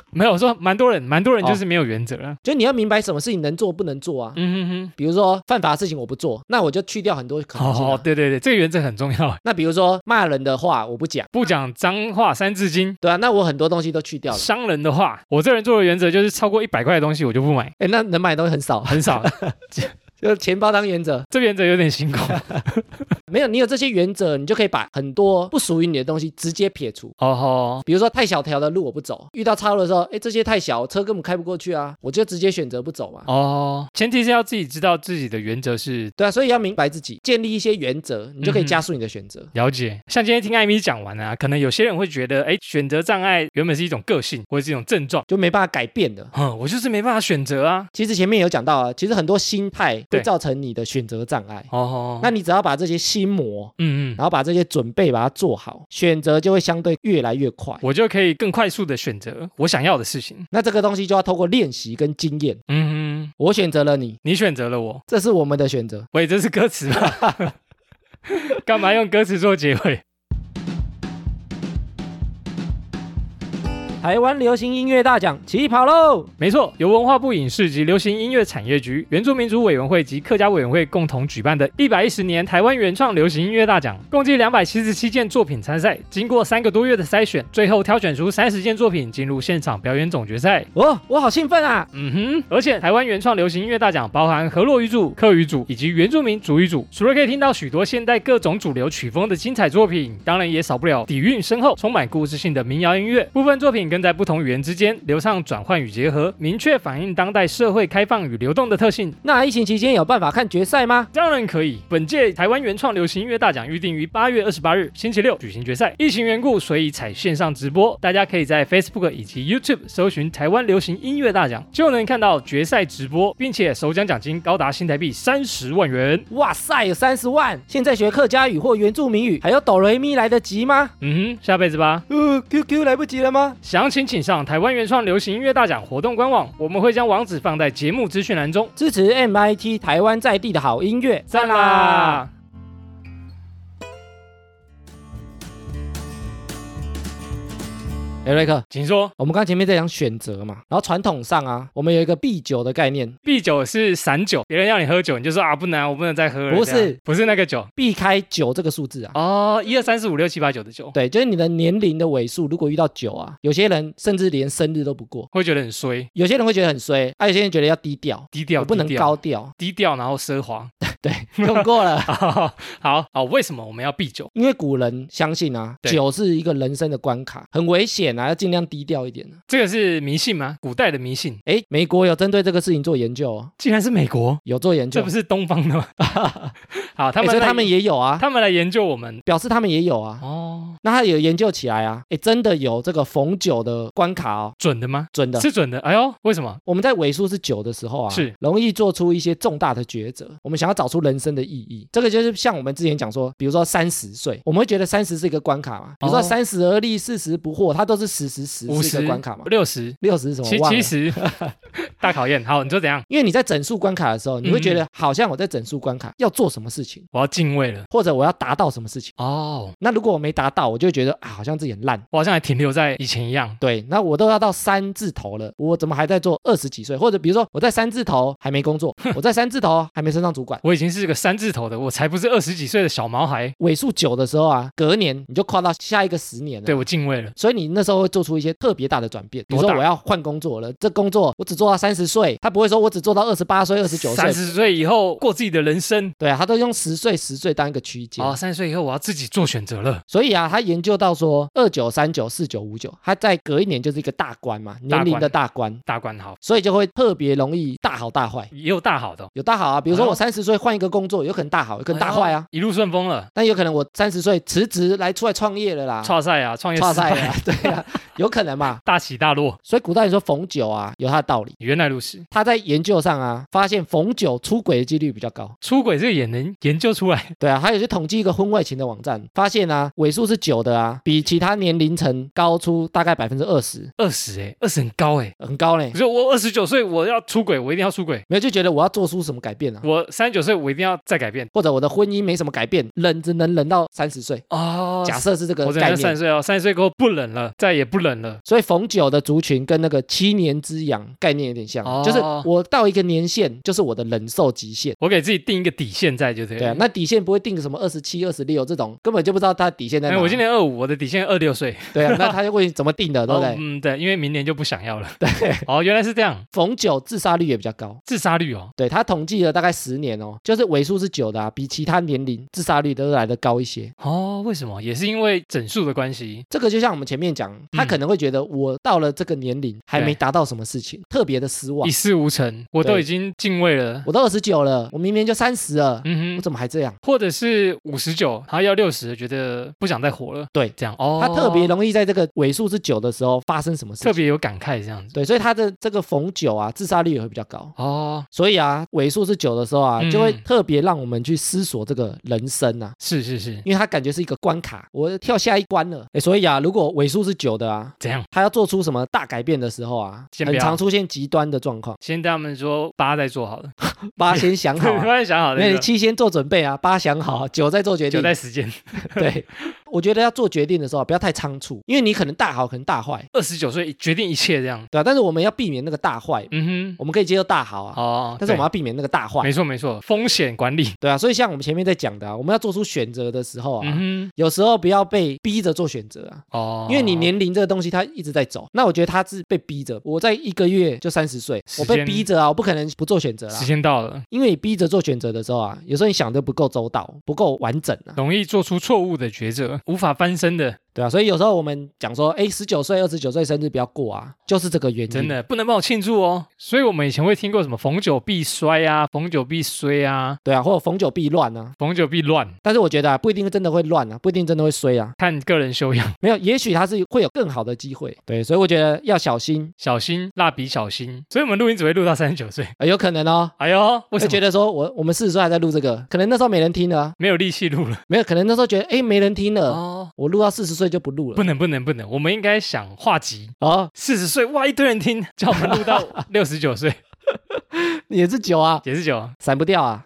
Speaker 1: 没有，我说蛮多人，蛮多人就是没有原则啊。
Speaker 2: 就你要明白什么事情能做不能做啊。
Speaker 1: 嗯哼
Speaker 2: 比如说犯法的事情我不做，那我就去掉很多可
Speaker 1: 哼，
Speaker 2: 能性啊、
Speaker 1: 哦，对对对，这个原则很重要，
Speaker 2: 那比如说骂人的话我不讲，
Speaker 1: 不讲脏话三字经。
Speaker 2: 对啊，那我很多东西都去掉了。
Speaker 1: 伤人的话，我这人做的原则就是超过一百块的东西我就不 买，
Speaker 2: 哎，那能买的东西很少，
Speaker 1: 很少。
Speaker 2: 就钱包当原则。
Speaker 1: 这个原则有点 辛苦。
Speaker 2: 没有，你有这些原则，你就可以把很多不属于你的东西直接撇除。
Speaker 1: 哦吼，
Speaker 2: 比如说太小条的路我不走，遇到岔路的时候，哎，这些太小，车根本开不过去啊，我就直接选择不走嘛。
Speaker 1: 哦，前提是要自己知道自己的原则是
Speaker 2: 对啊，所以要明白自己，建立一些原则，你就可以
Speaker 1: 嗯哼
Speaker 2: 加速你的选择。
Speaker 1: 了解，像今天听艾米讲完啊，可能有些人会觉得，哎，选择障碍原本是一种个性或者是一种症状，
Speaker 2: 就没办法改变的。
Speaker 1: 哼，我就是没办法选择啊。
Speaker 2: 其实前面有讲到啊，其实很多心态
Speaker 1: 对
Speaker 2: 会造成你的选择障碍。
Speaker 1: 哦，
Speaker 2: 那你只要把这些心魔，
Speaker 1: 嗯嗯，
Speaker 2: 然后把这些准备把它做好，选择就会相对越来越快。
Speaker 1: 我就可以更快速的选择我想要的事情。
Speaker 2: 那这个东西就要透过练习跟经验。
Speaker 1: 嗯哼，
Speaker 2: 我选择了你，
Speaker 1: 你选择了我，
Speaker 2: 这是我们的选择。
Speaker 1: 喂，这是歌词吧？ 干嘛用歌词做结尾？
Speaker 2: 台湾流行音乐大奖起跑喽！
Speaker 1: 没错，由文化部影视及流行音乐产业局、原住民族委员会及客家委员会共同举办的一百一十年台湾原创流行音乐大奖，共计两百七十七件作品参赛，经过三个多月的筛选，最后挑选出三十件作品进入现场表演总决赛。
Speaker 2: 哦，我好兴奋啊！
Speaker 1: 嗯哼，而且台湾原创流行音乐大奖包含河洛语组、客语组以及原住民族语组，除了可以听到许多现代各种主流曲风的精彩作品，当然也少不了底蕴深厚、充满故事性的民谣音乐。部分作品更在不同语言之间流畅转换与结合，明确反映当代社会开放与流动的特性。
Speaker 2: 那疫情期间有办法看决赛吗？
Speaker 1: 当然可以。本届台湾原创流行音乐大奖预定于八月二十八日星期六举行决赛，疫情缘故，所以采线上直播。大家可以在 Facebook 以及 YouTube 搜寻“台湾流行音乐大奖”，就能看到决赛直播，并且首奖奖金高达新台币三十万元。
Speaker 2: 哇塞，有三十万！现在学客家语或原住民语，还有哆来咪来得及吗？
Speaker 1: 嗯哼，下辈子吧。
Speaker 2: 呃，QQ 来不及了吗？
Speaker 1: 详情请上台湾原创流行音乐大奖活动官网，我们会将网址放在节目资讯栏中。
Speaker 2: 支持 MIT 台湾在地的好音乐，
Speaker 1: 赞！啦！
Speaker 2: 哎，瑞克，
Speaker 1: 请说。
Speaker 2: 我们刚才前面在讲选择嘛，然后传统上啊，我们有一个避酒的概念，
Speaker 1: 避酒是散酒，别人要你喝酒，你就说啊，不能啊，我不能再喝了。
Speaker 2: 不是
Speaker 1: 这样，不是那个酒
Speaker 2: 避开酒这个数字啊。
Speaker 1: 哦，一二三四五六七八九的酒，
Speaker 2: 对，就是你的年龄的尾数，如果遇到酒啊，有些人甚至连生日都不过，
Speaker 1: 会觉得很衰，
Speaker 2: 有些人会觉得很衰，啊，有些人觉得要低调，
Speaker 1: 低调，
Speaker 2: 我不能
Speaker 1: 低调
Speaker 2: 高 调，
Speaker 1: 低调，然后奢华。
Speaker 2: 对，用过了。
Speaker 1: 好好好，为什么我们要避酒？
Speaker 2: 因为古人相信啊，
Speaker 1: 对
Speaker 2: 酒是一个人生的关卡，很危险啊，要尽量低调一点啊。
Speaker 1: 这个是迷信吗？古代的迷信，
Speaker 2: 哎，美国有针对这个事情做研究哦，
Speaker 1: 既然是美国，
Speaker 2: 有做研究，
Speaker 1: 这不是东方的吗？ 好，他们
Speaker 2: 诶所以
Speaker 1: 来
Speaker 2: 他们也有啊，
Speaker 1: 他们来研究我们
Speaker 2: 表示他们也有啊。
Speaker 1: 哦，
Speaker 2: 那他有研究起来啊，哎，真的有这个逢酒的关卡哦，
Speaker 1: 准的吗？
Speaker 2: 准的。
Speaker 1: 是准的。哎呦，为什么？
Speaker 2: 我们在尾数是九的时候啊，
Speaker 1: 是
Speaker 2: 容易做出一些重大的抉择。我们想要找出人生的意义，这个就是像我们之前讲说，比如说三十岁，我们会觉得三十是一个关卡嘛，比如说
Speaker 1: 哦
Speaker 2: 三十而立，四十不惑，它都是十十十
Speaker 1: 五
Speaker 2: 是一
Speaker 1: 十
Speaker 2: 个关卡嘛。
Speaker 1: 六十、
Speaker 2: 六十是什么？
Speaker 1: 七
Speaker 2: 忘了
Speaker 1: 七十， 大考验。好，你说怎样？
Speaker 2: 因为你在整数关卡的时候，你会觉
Speaker 1: 嗯
Speaker 2: 得好像我在整数关卡要做什么事情，
Speaker 1: 我要敬畏了。
Speaker 2: 或者我要达到什么事情。
Speaker 1: 哦，
Speaker 2: 那如果我没达到，我就会觉得啊，好像自己很烂。
Speaker 1: 我好像还停留在以前一样。
Speaker 2: 对，那我都要到三字头了，我怎么还在做二十几岁？或者比如说我在三字头还没 工作，我在三字头还没升上主管。
Speaker 1: 我已经是个三字头的，我才不是二十几岁的小毛孩。
Speaker 2: 尾数九的时候啊，隔年你就跨到下一个十年了。
Speaker 1: 对，我敬畏了。
Speaker 2: 所以你那时候会做出一些特别大的转变，比如
Speaker 1: 多
Speaker 2: 说
Speaker 1: 大
Speaker 2: 我要换工作了，这工作我只做到三十岁，他不会说我只做到二十八岁、二十九
Speaker 1: 三
Speaker 2: 岁，
Speaker 1: 十岁以后过自己的人生。
Speaker 2: 对啊，他都用十岁、十岁当一个区间。
Speaker 1: 哦，三十岁以后我要自己做选择了。
Speaker 2: 所以啊，他研究到说，二九、三九、四九、五九，他在隔一年就是一个大关嘛，年龄的大关，
Speaker 1: 大关好，
Speaker 2: 所以就会特别容易大好大坏。
Speaker 1: 也有大好的哦，
Speaker 2: 有大好啊，比如说
Speaker 1: 哎呦
Speaker 2: 我三十岁换一个工作，有可能大好，有可能大坏啊。
Speaker 1: 哎呦，一路顺风了。
Speaker 2: 但有可能我三十岁辞职来出来创业了啦，
Speaker 1: 创赛啊，创业
Speaker 2: 创
Speaker 1: 失
Speaker 2: 赛
Speaker 1: 败，
Speaker 2: 了，对啊， 有可能嘛。
Speaker 1: 大起大落。
Speaker 2: 所以古代人说逢酒啊，有它的道理。
Speaker 1: 原来如此，
Speaker 2: 他在研究上啊，发现逢酒出轨的几率比较高。
Speaker 1: 出轨这个也能研究出来。
Speaker 2: 对啊，他有去统计一个婚外情的网站，发现啊，尾数是九的啊，比其他年龄层高出大概百分之二十，
Speaker 1: 二十哎，二十很高哎。
Speaker 2: 很高嘞
Speaker 1: 你。说我二十九岁我要出轨，我一定要出轨。
Speaker 2: 没有就觉得我要做出什么改变啊，
Speaker 1: 我三十九岁我一定要再改变。
Speaker 2: 或者我的婚姻没什么改变，忍只能忍到三十岁。
Speaker 1: 哦
Speaker 2: 假设是这个
Speaker 1: 我只
Speaker 2: 概
Speaker 1: 能三
Speaker 2: 念
Speaker 1: 十，岁哦，三十岁过后不冷了，再也不冷了。
Speaker 2: 所以逢九的族群跟那个七年之痒概念有点像，
Speaker 1: 哦
Speaker 2: 就是我到一个年限就是我的忍受极限。
Speaker 1: 我给自己定一个底线在就对了。
Speaker 2: 对啊，那底线不会定什么二十七、二十六这种，根本就不知道他底线在
Speaker 1: 哎，
Speaker 2: 哪。
Speaker 1: 我今年二五，我的底线二六岁。
Speaker 2: 对 啊，那他就会怎么定的，对不
Speaker 1: 哦
Speaker 2: 对？
Speaker 1: 嗯，对，因为明年就不想要了。对，哦，原来是这样，
Speaker 2: 逢九自杀率也比较高，
Speaker 1: 自杀率哦，
Speaker 2: 对他统计了大概十年哦，就是尾数是九的啊，比其他年龄自杀率都来的高一些。
Speaker 1: 哦，为什么？也是因为整数的关系。
Speaker 2: 这个就像我们前面讲，
Speaker 1: 嗯
Speaker 2: 他可能会觉得我到了这个年龄还没达到什么事情，特别的失望
Speaker 1: 一。事无成，我都
Speaker 2: 对
Speaker 1: 已经敬畏了。
Speaker 2: 我都二十九了，我明年就三十了，
Speaker 1: 嗯
Speaker 2: 我
Speaker 1: 哼，
Speaker 2: 怎么还这样？
Speaker 1: 或者是五十九，然后要六十，觉得不想再活了。
Speaker 2: 对
Speaker 1: 这样哦，
Speaker 2: 他特别容易在这个尾数是九的时候发生什么事
Speaker 1: 特
Speaker 2: 情。
Speaker 1: 别有感慨这样子。
Speaker 2: 对，所以他的这个逢九啊，自杀率也会比较高。
Speaker 1: 哦，
Speaker 2: 所以啊，尾数是九的时候啊，就会
Speaker 1: 嗯
Speaker 2: 特别让我们去思索这个人生啊，
Speaker 1: 是是是，
Speaker 2: 因为他感觉是一个关卡，我跳下一关了。哎，所以啊，如果尾数是九的啊，
Speaker 1: 怎样？
Speaker 2: 他要做出什么大改变的时候啊，
Speaker 1: 先不
Speaker 2: 很
Speaker 1: 要
Speaker 2: 常出现极端的状况。
Speaker 1: 先跟他们说八再做好了，
Speaker 2: 八先想 好、
Speaker 1: 突
Speaker 2: 啊，
Speaker 1: 然想好
Speaker 2: 那
Speaker 1: 了
Speaker 2: 你，七先做准备啊，八想好，九再做决
Speaker 1: 九
Speaker 2: 定。
Speaker 1: 在时间，
Speaker 2: 对，我觉得要做决定的时候啊不要太仓促，因为你可能大好，可能大坏，
Speaker 1: 二十九岁决定一切这样。
Speaker 2: 对吧、但是我们要避免那个大坏，
Speaker 1: 嗯
Speaker 2: 我们可以接受大好
Speaker 1: 哼，
Speaker 2: 啊，
Speaker 1: 哦，
Speaker 2: 但是我们
Speaker 1: 对
Speaker 2: 要避免那个大坏
Speaker 1: 没。错没错，风险管理。
Speaker 2: 对啊，所以像我们前面在讲的啊，我们要做出选择的时候啊，
Speaker 1: 嗯
Speaker 2: 有时候不要被逼着做选择啊。
Speaker 1: 哼，哦，
Speaker 2: 因为你年龄这个东西，它一直在走。那我觉得他是被逼着。我在一个月就三十岁，我
Speaker 1: 时
Speaker 2: 被
Speaker 1: 间
Speaker 2: 逼着啊，我不可能不做选择啊
Speaker 1: 时。间到了，
Speaker 2: 因为你逼着做选择的时候啊，有时候你想的不够周到，不够完整啊，
Speaker 1: 容易做出错误的抉择，无法翻身的，
Speaker 2: 对啊，所以有时候我们讲说，哎，十九岁、二十九岁生日不要过啊，就是这个原因。
Speaker 1: 真，的不能帮我庆祝哦。嗯所以我们以前会听过什么逢九必衰啊，逢九必衰啊，
Speaker 2: 对啊，或者逢九必乱啊。
Speaker 1: 逢九必乱，
Speaker 2: 但是我觉得啊，不一定真的会乱啊，不一定真的会衰啊，
Speaker 1: 看个人修养，
Speaker 2: 没有，也许他是会有更好的机会。对，所以我觉得要小心，
Speaker 1: 小心蜡笔小新。所以我们录音只会录到三十九岁。
Speaker 2: 呃、有可能哦。
Speaker 1: 哎呦，为
Speaker 2: 会
Speaker 1: 什
Speaker 2: 觉
Speaker 1: 么
Speaker 2: 得说我我们四十岁还在录这个，可能那时候没人听了、啊，
Speaker 1: 没有力气录了？
Speaker 2: 没有，可能那时候觉得哎没人听了，
Speaker 1: 哦，
Speaker 2: 我录到四十岁就不录了
Speaker 1: 不。能不能不能，我们应该想画集。
Speaker 2: 哦，
Speaker 1: 四十岁哇，一堆人听，叫我们录到 六十九岁，
Speaker 2: 也是酒啊，
Speaker 1: 也是九。
Speaker 2: 散不掉啊。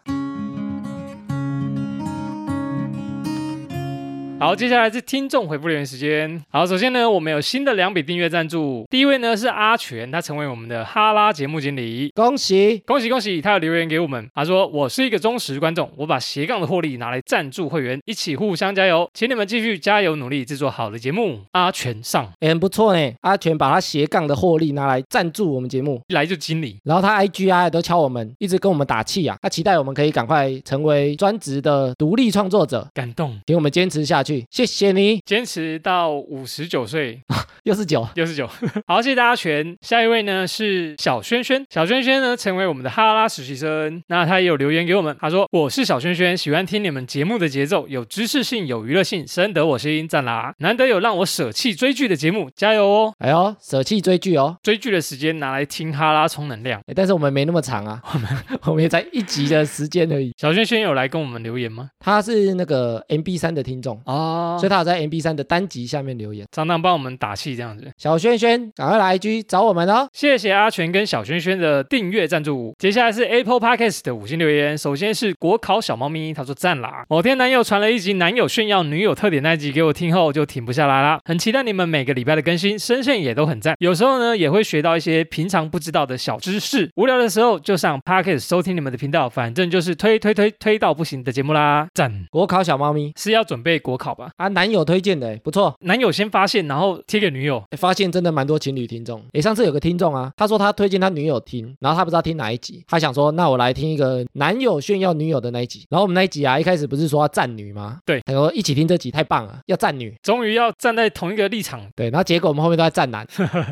Speaker 1: 好，接下来是听众回复留言时间。好，首先呢，我们有新的两笔订阅赞助，第一位呢是阿全，他成为我们的哈拉节目经理。
Speaker 2: 恭喜
Speaker 1: 恭喜恭喜！他有留言给我们，他说：“我是一个忠实观众，我把斜杠的获利拿来赞助会员，一起互相加油，请你们继续加油努力，制作好的节目。”阿全上
Speaker 2: 欸很不错呢。阿全把他斜杠的获利拿来赞助我们节目，
Speaker 1: 一来就经理，
Speaker 2: 然后他 IG 啊也都敲我们，一直跟我们打气啊。他期待我们可以赶快成为专职的独立创作者，
Speaker 1: 感动，
Speaker 2: 请我们坚持下去。谢谢你，
Speaker 1: 坚持到五十九岁，
Speaker 2: 又是九。
Speaker 1: 六十九。 好，谢谢大家全。下一位呢是小轩轩，小轩轩呢成为我们的哈拉实习生，那他也有留言给我们，他说我是小轩轩，喜欢听你们节目的节奏，有知识性，有娱乐性，深得我心，赞啦！难得有让我舍弃追剧的节目，加油哦！
Speaker 2: 哎呦，舍弃追剧哦。
Speaker 1: 追剧的时间拿来听哈拉充能量。
Speaker 2: 欸但是我们没那么长啊，我们我们也才一集的时间而已。
Speaker 1: 小轩轩有来跟我们留言吗？
Speaker 2: 他是那个 MB 三的听众，
Speaker 1: 哦
Speaker 2: 所以他有在 MB 三的单集下面留言。
Speaker 1: 常常帮我们打气这样子。
Speaker 2: 小轩轩，赶快来 IG 找我们哦。
Speaker 1: 谢谢阿全跟小轩轩的订阅赞助。接下来是 Apple Podcast 的五星留言，首先是国考小猫咪，他说赞啦。某天男友传了一集男友炫耀女友特点那一集给我听后，就停不下来啦。很期待你们每个礼拜的更新，声线也都很赞。有时候呢，也会学到一些平常不知道的小知识。无聊的时候就上 Podcast 收听你们的频道，反正就是推推推推到不行的节目啦。赞
Speaker 2: 国考小猫咪
Speaker 1: 是要准备国考吧？
Speaker 2: 啊，男友推荐的欸，不错。
Speaker 1: 男友先发现，然后贴给女友。
Speaker 2: 欸发现真的蛮多情侣听众。诶，上次有个听众啊，他说他推荐他女友听，然后他不知道听哪一集，他想说那我来听一个男友炫耀女友的那一集。然后我们那一集啊，一开始不是说要赞女吗？
Speaker 1: 对
Speaker 2: 他说一起听这集太棒了，要赞女。
Speaker 1: 终于要站在同一个立场，
Speaker 2: 对，然后结果我们后面都在赞 男，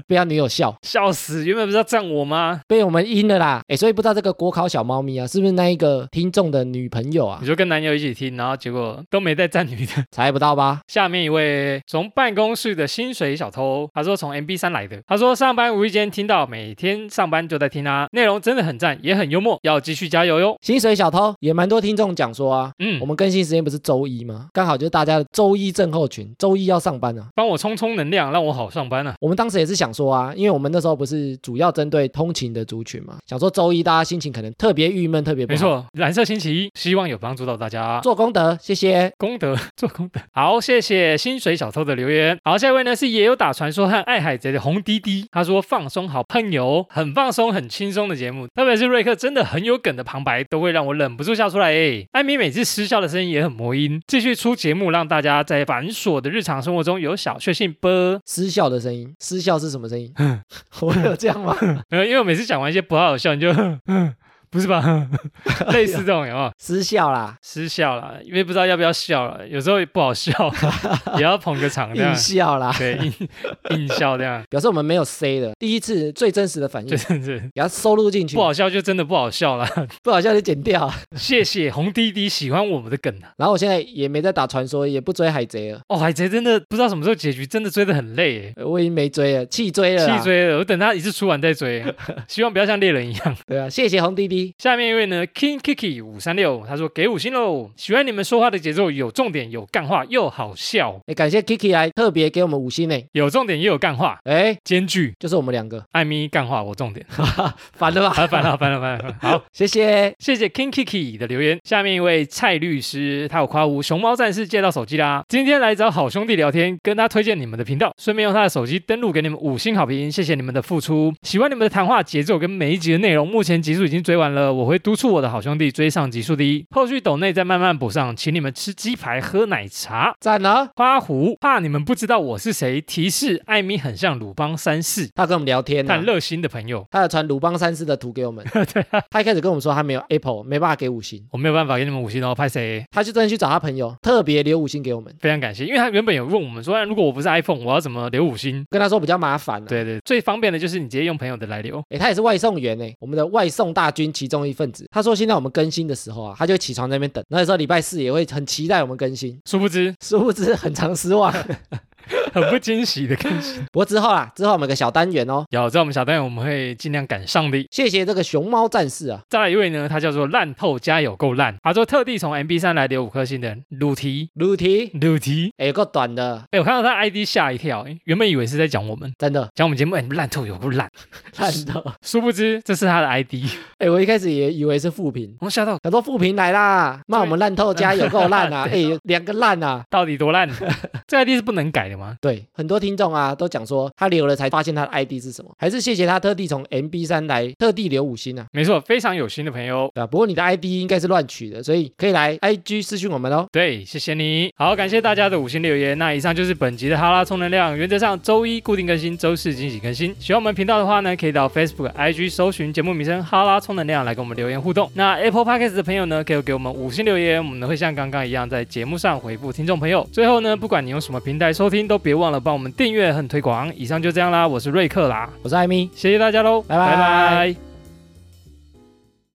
Speaker 2: 被他女友笑，
Speaker 1: 笑死！原本不是要赞我吗？
Speaker 2: 被我们阴了啦。诶，所以不知道这个国考小猫咪啊，是不是那一个听众的女朋友啊
Speaker 1: 你？就跟男友一起听，然后结果都没带赞女的。
Speaker 2: 猜不到吧？
Speaker 1: 下面一位从办公室的薪水小偷，他说从 MB 三来的，他说上班无意间听到，每天上班就在听啊，内容真的很赞，也很幽默，要继续加油哟。
Speaker 2: 薪水小偷也蛮多听众讲说啊，
Speaker 1: 嗯
Speaker 2: 我，们更新时间不是周一吗？刚好就是大家的周一症候群，周一要上班啊。
Speaker 1: 帮我充充能量，让我好上班啊。
Speaker 2: 我们当时也是想说啊，因为我们那时候不是主要针对通勤的族群嘛，想说周一大家心情可能特别郁闷，特别不
Speaker 1: 没
Speaker 2: 好。
Speaker 1: 错，蓝色星期一，希望有帮助到大家。
Speaker 2: 做功德，谢谢。
Speaker 1: 功德 做功德，好，谢谢薪水小偷的留言。好，下一位呢是也有打传说和爱海贼的红滴滴，他说放松好朋友，很放松很轻松的节目，特别是瑞克真的很有梗的旁白，都会让我忍不住笑出来诶。艾米每次失笑的声音也很魔音，继续出节目让大家在繁琐的日常生活中有小确幸啵。
Speaker 2: 失笑的声音，失笑是什么声音？
Speaker 1: 嗯
Speaker 2: 我有这样吗？
Speaker 1: 呃，因为我每次讲完一些不好好笑，你就 不是吧， 类似这种有没有？
Speaker 2: 失笑啦，
Speaker 1: 失笑啦，因为不知道要不要笑了，有时候也不好笑， 也要捧个场这样
Speaker 2: 硬。笑啦，
Speaker 1: 对，硬硬笑这样，
Speaker 2: 表示我们没有 C 的，第一次最真实的反应，
Speaker 1: 就
Speaker 2: 给
Speaker 1: 真是
Speaker 2: 它收录进去，
Speaker 1: 不好笑就真的不好笑了。
Speaker 2: 不好笑就剪 掉。啊
Speaker 1: 谢谢红滴滴喜欢我们的梗啊！
Speaker 2: 然后我现在也没在打传说，也不追海贼了，
Speaker 1: 哦，海贼真的不知道什么时候结局，真的追得很累耶。
Speaker 2: 呃我已经没追了，弃追了啦，
Speaker 1: 弃追了，我等他一次出完再追，希望不要像猎人一样。
Speaker 2: 对啊，谢谢红滴滴，
Speaker 1: 下面一位呢，King Kiki 五三六，他说给五星喽，喜欢你们说话的节奏，有重点，有干话，又好笑，
Speaker 2: 哎，感谢 Kiki 来特别给我们五星呢，
Speaker 1: 有重点也有干话，
Speaker 2: 哎，
Speaker 1: 兼具。
Speaker 2: 就是我们两个，
Speaker 1: 艾米干话我重点，
Speaker 2: 反了吧，
Speaker 1: 好烦了烦了烦了，好。
Speaker 2: 谢谢，
Speaker 1: 谢谢 King Kiki 的留言。下面一位蔡律师，他有夸我熊猫战士借到手机啦。今天来找好兄弟聊天，跟他推荐你们的频道，顺便用他的手机登录给你们五星好评，谢谢你们的付出。喜欢你们的谈话节奏跟每一集的内容，目前集数已经追完了，我会督促我的好兄弟追上集数第一，后续抖内再慢慢补上，请你们吃鸡排喝奶茶。
Speaker 2: 赞啊了。
Speaker 1: 花狐怕你们不知道我是谁，提示艾米很像鲁邦三世，
Speaker 2: 他跟我们聊天、啊
Speaker 1: 但，热啊心的朋友，
Speaker 2: 他有传鲁邦三世的图给我 们。他一开始跟我们说他没有 Apple，没办法给五星，
Speaker 1: 我没有办法给你们五星哦，拍谁？
Speaker 2: 他就真的去找他朋友，特别留五星给我们。
Speaker 1: 非常感谢，因为他原本有问我们说，哎如果我不是 iPhone，我要怎么留五星？
Speaker 2: 跟他说比较麻烦、啊，，
Speaker 1: 对对，最方便的就是你直接用朋友的来留。
Speaker 2: 诶，他也是外送员呢，我们的外送大军其中一份子。他说现在我们更新的时候啊，他就会起床在那边等，那有时候礼拜四也会很期待我们更新，
Speaker 1: 殊不知，
Speaker 2: 殊不知很常失望。
Speaker 1: 很不惊喜的 更新。
Speaker 2: 不过之后啊，之后我们有个小单元哦，
Speaker 1: 有在我们小单元，我们会尽量赶上的。
Speaker 2: 谢谢这个熊猫战士啊，
Speaker 1: 再来一位呢，他叫做烂透加有够烂，他说特地从 MB 三来留五颗星的鲁提
Speaker 2: 鲁提，
Speaker 1: 鲁提。
Speaker 2: 哎，有够短的，
Speaker 1: 哎、我看到他 ID 吓一跳、哎原本以为是在讲我们，
Speaker 2: 真的
Speaker 1: 讲我们节目，哎、烂透有够烂，
Speaker 2: 烂 的。
Speaker 1: 殊不知这是他的 ID，
Speaker 2: 哎，我一开始也以为是负评，
Speaker 1: 我吓到，
Speaker 2: 想说负评来啦，骂我们烂透家有够烂啊，哎，两个烂啊。
Speaker 1: 到底多 烂？这 ID 是不能改的吗？
Speaker 2: 对，很多听众啊都讲说他留了才发现他的 ID 是什么，还是谢谢他特地从 MB 三来特地留五星啊。
Speaker 1: 没错，非常有心的朋友。
Speaker 2: 对啊，不过你的 ID 应该是乱取的，所以可以来 IG 私讯我们哦。
Speaker 1: 对，谢谢你好，感谢大家的五星留言。那以上就是本集的哈拉充能量，原则上周一固定更新，周四惊喜更新。喜欢我们频道的话呢，可以到 Facebook、IG 搜寻节目名称“哈拉充能量”来跟我们留言互动。那 Apple Podcast 的朋友呢，可以给我们五星留言，我们呢会像刚刚一样在节目上回复听众朋友。最后呢，不管你用什么平台收听，都别忘了帮我们订阅和推广。以上就这样啦，我是瑞克啦，
Speaker 2: 我是艾米。
Speaker 1: 谢谢大家喽，
Speaker 2: 拜拜
Speaker 1: 拜拜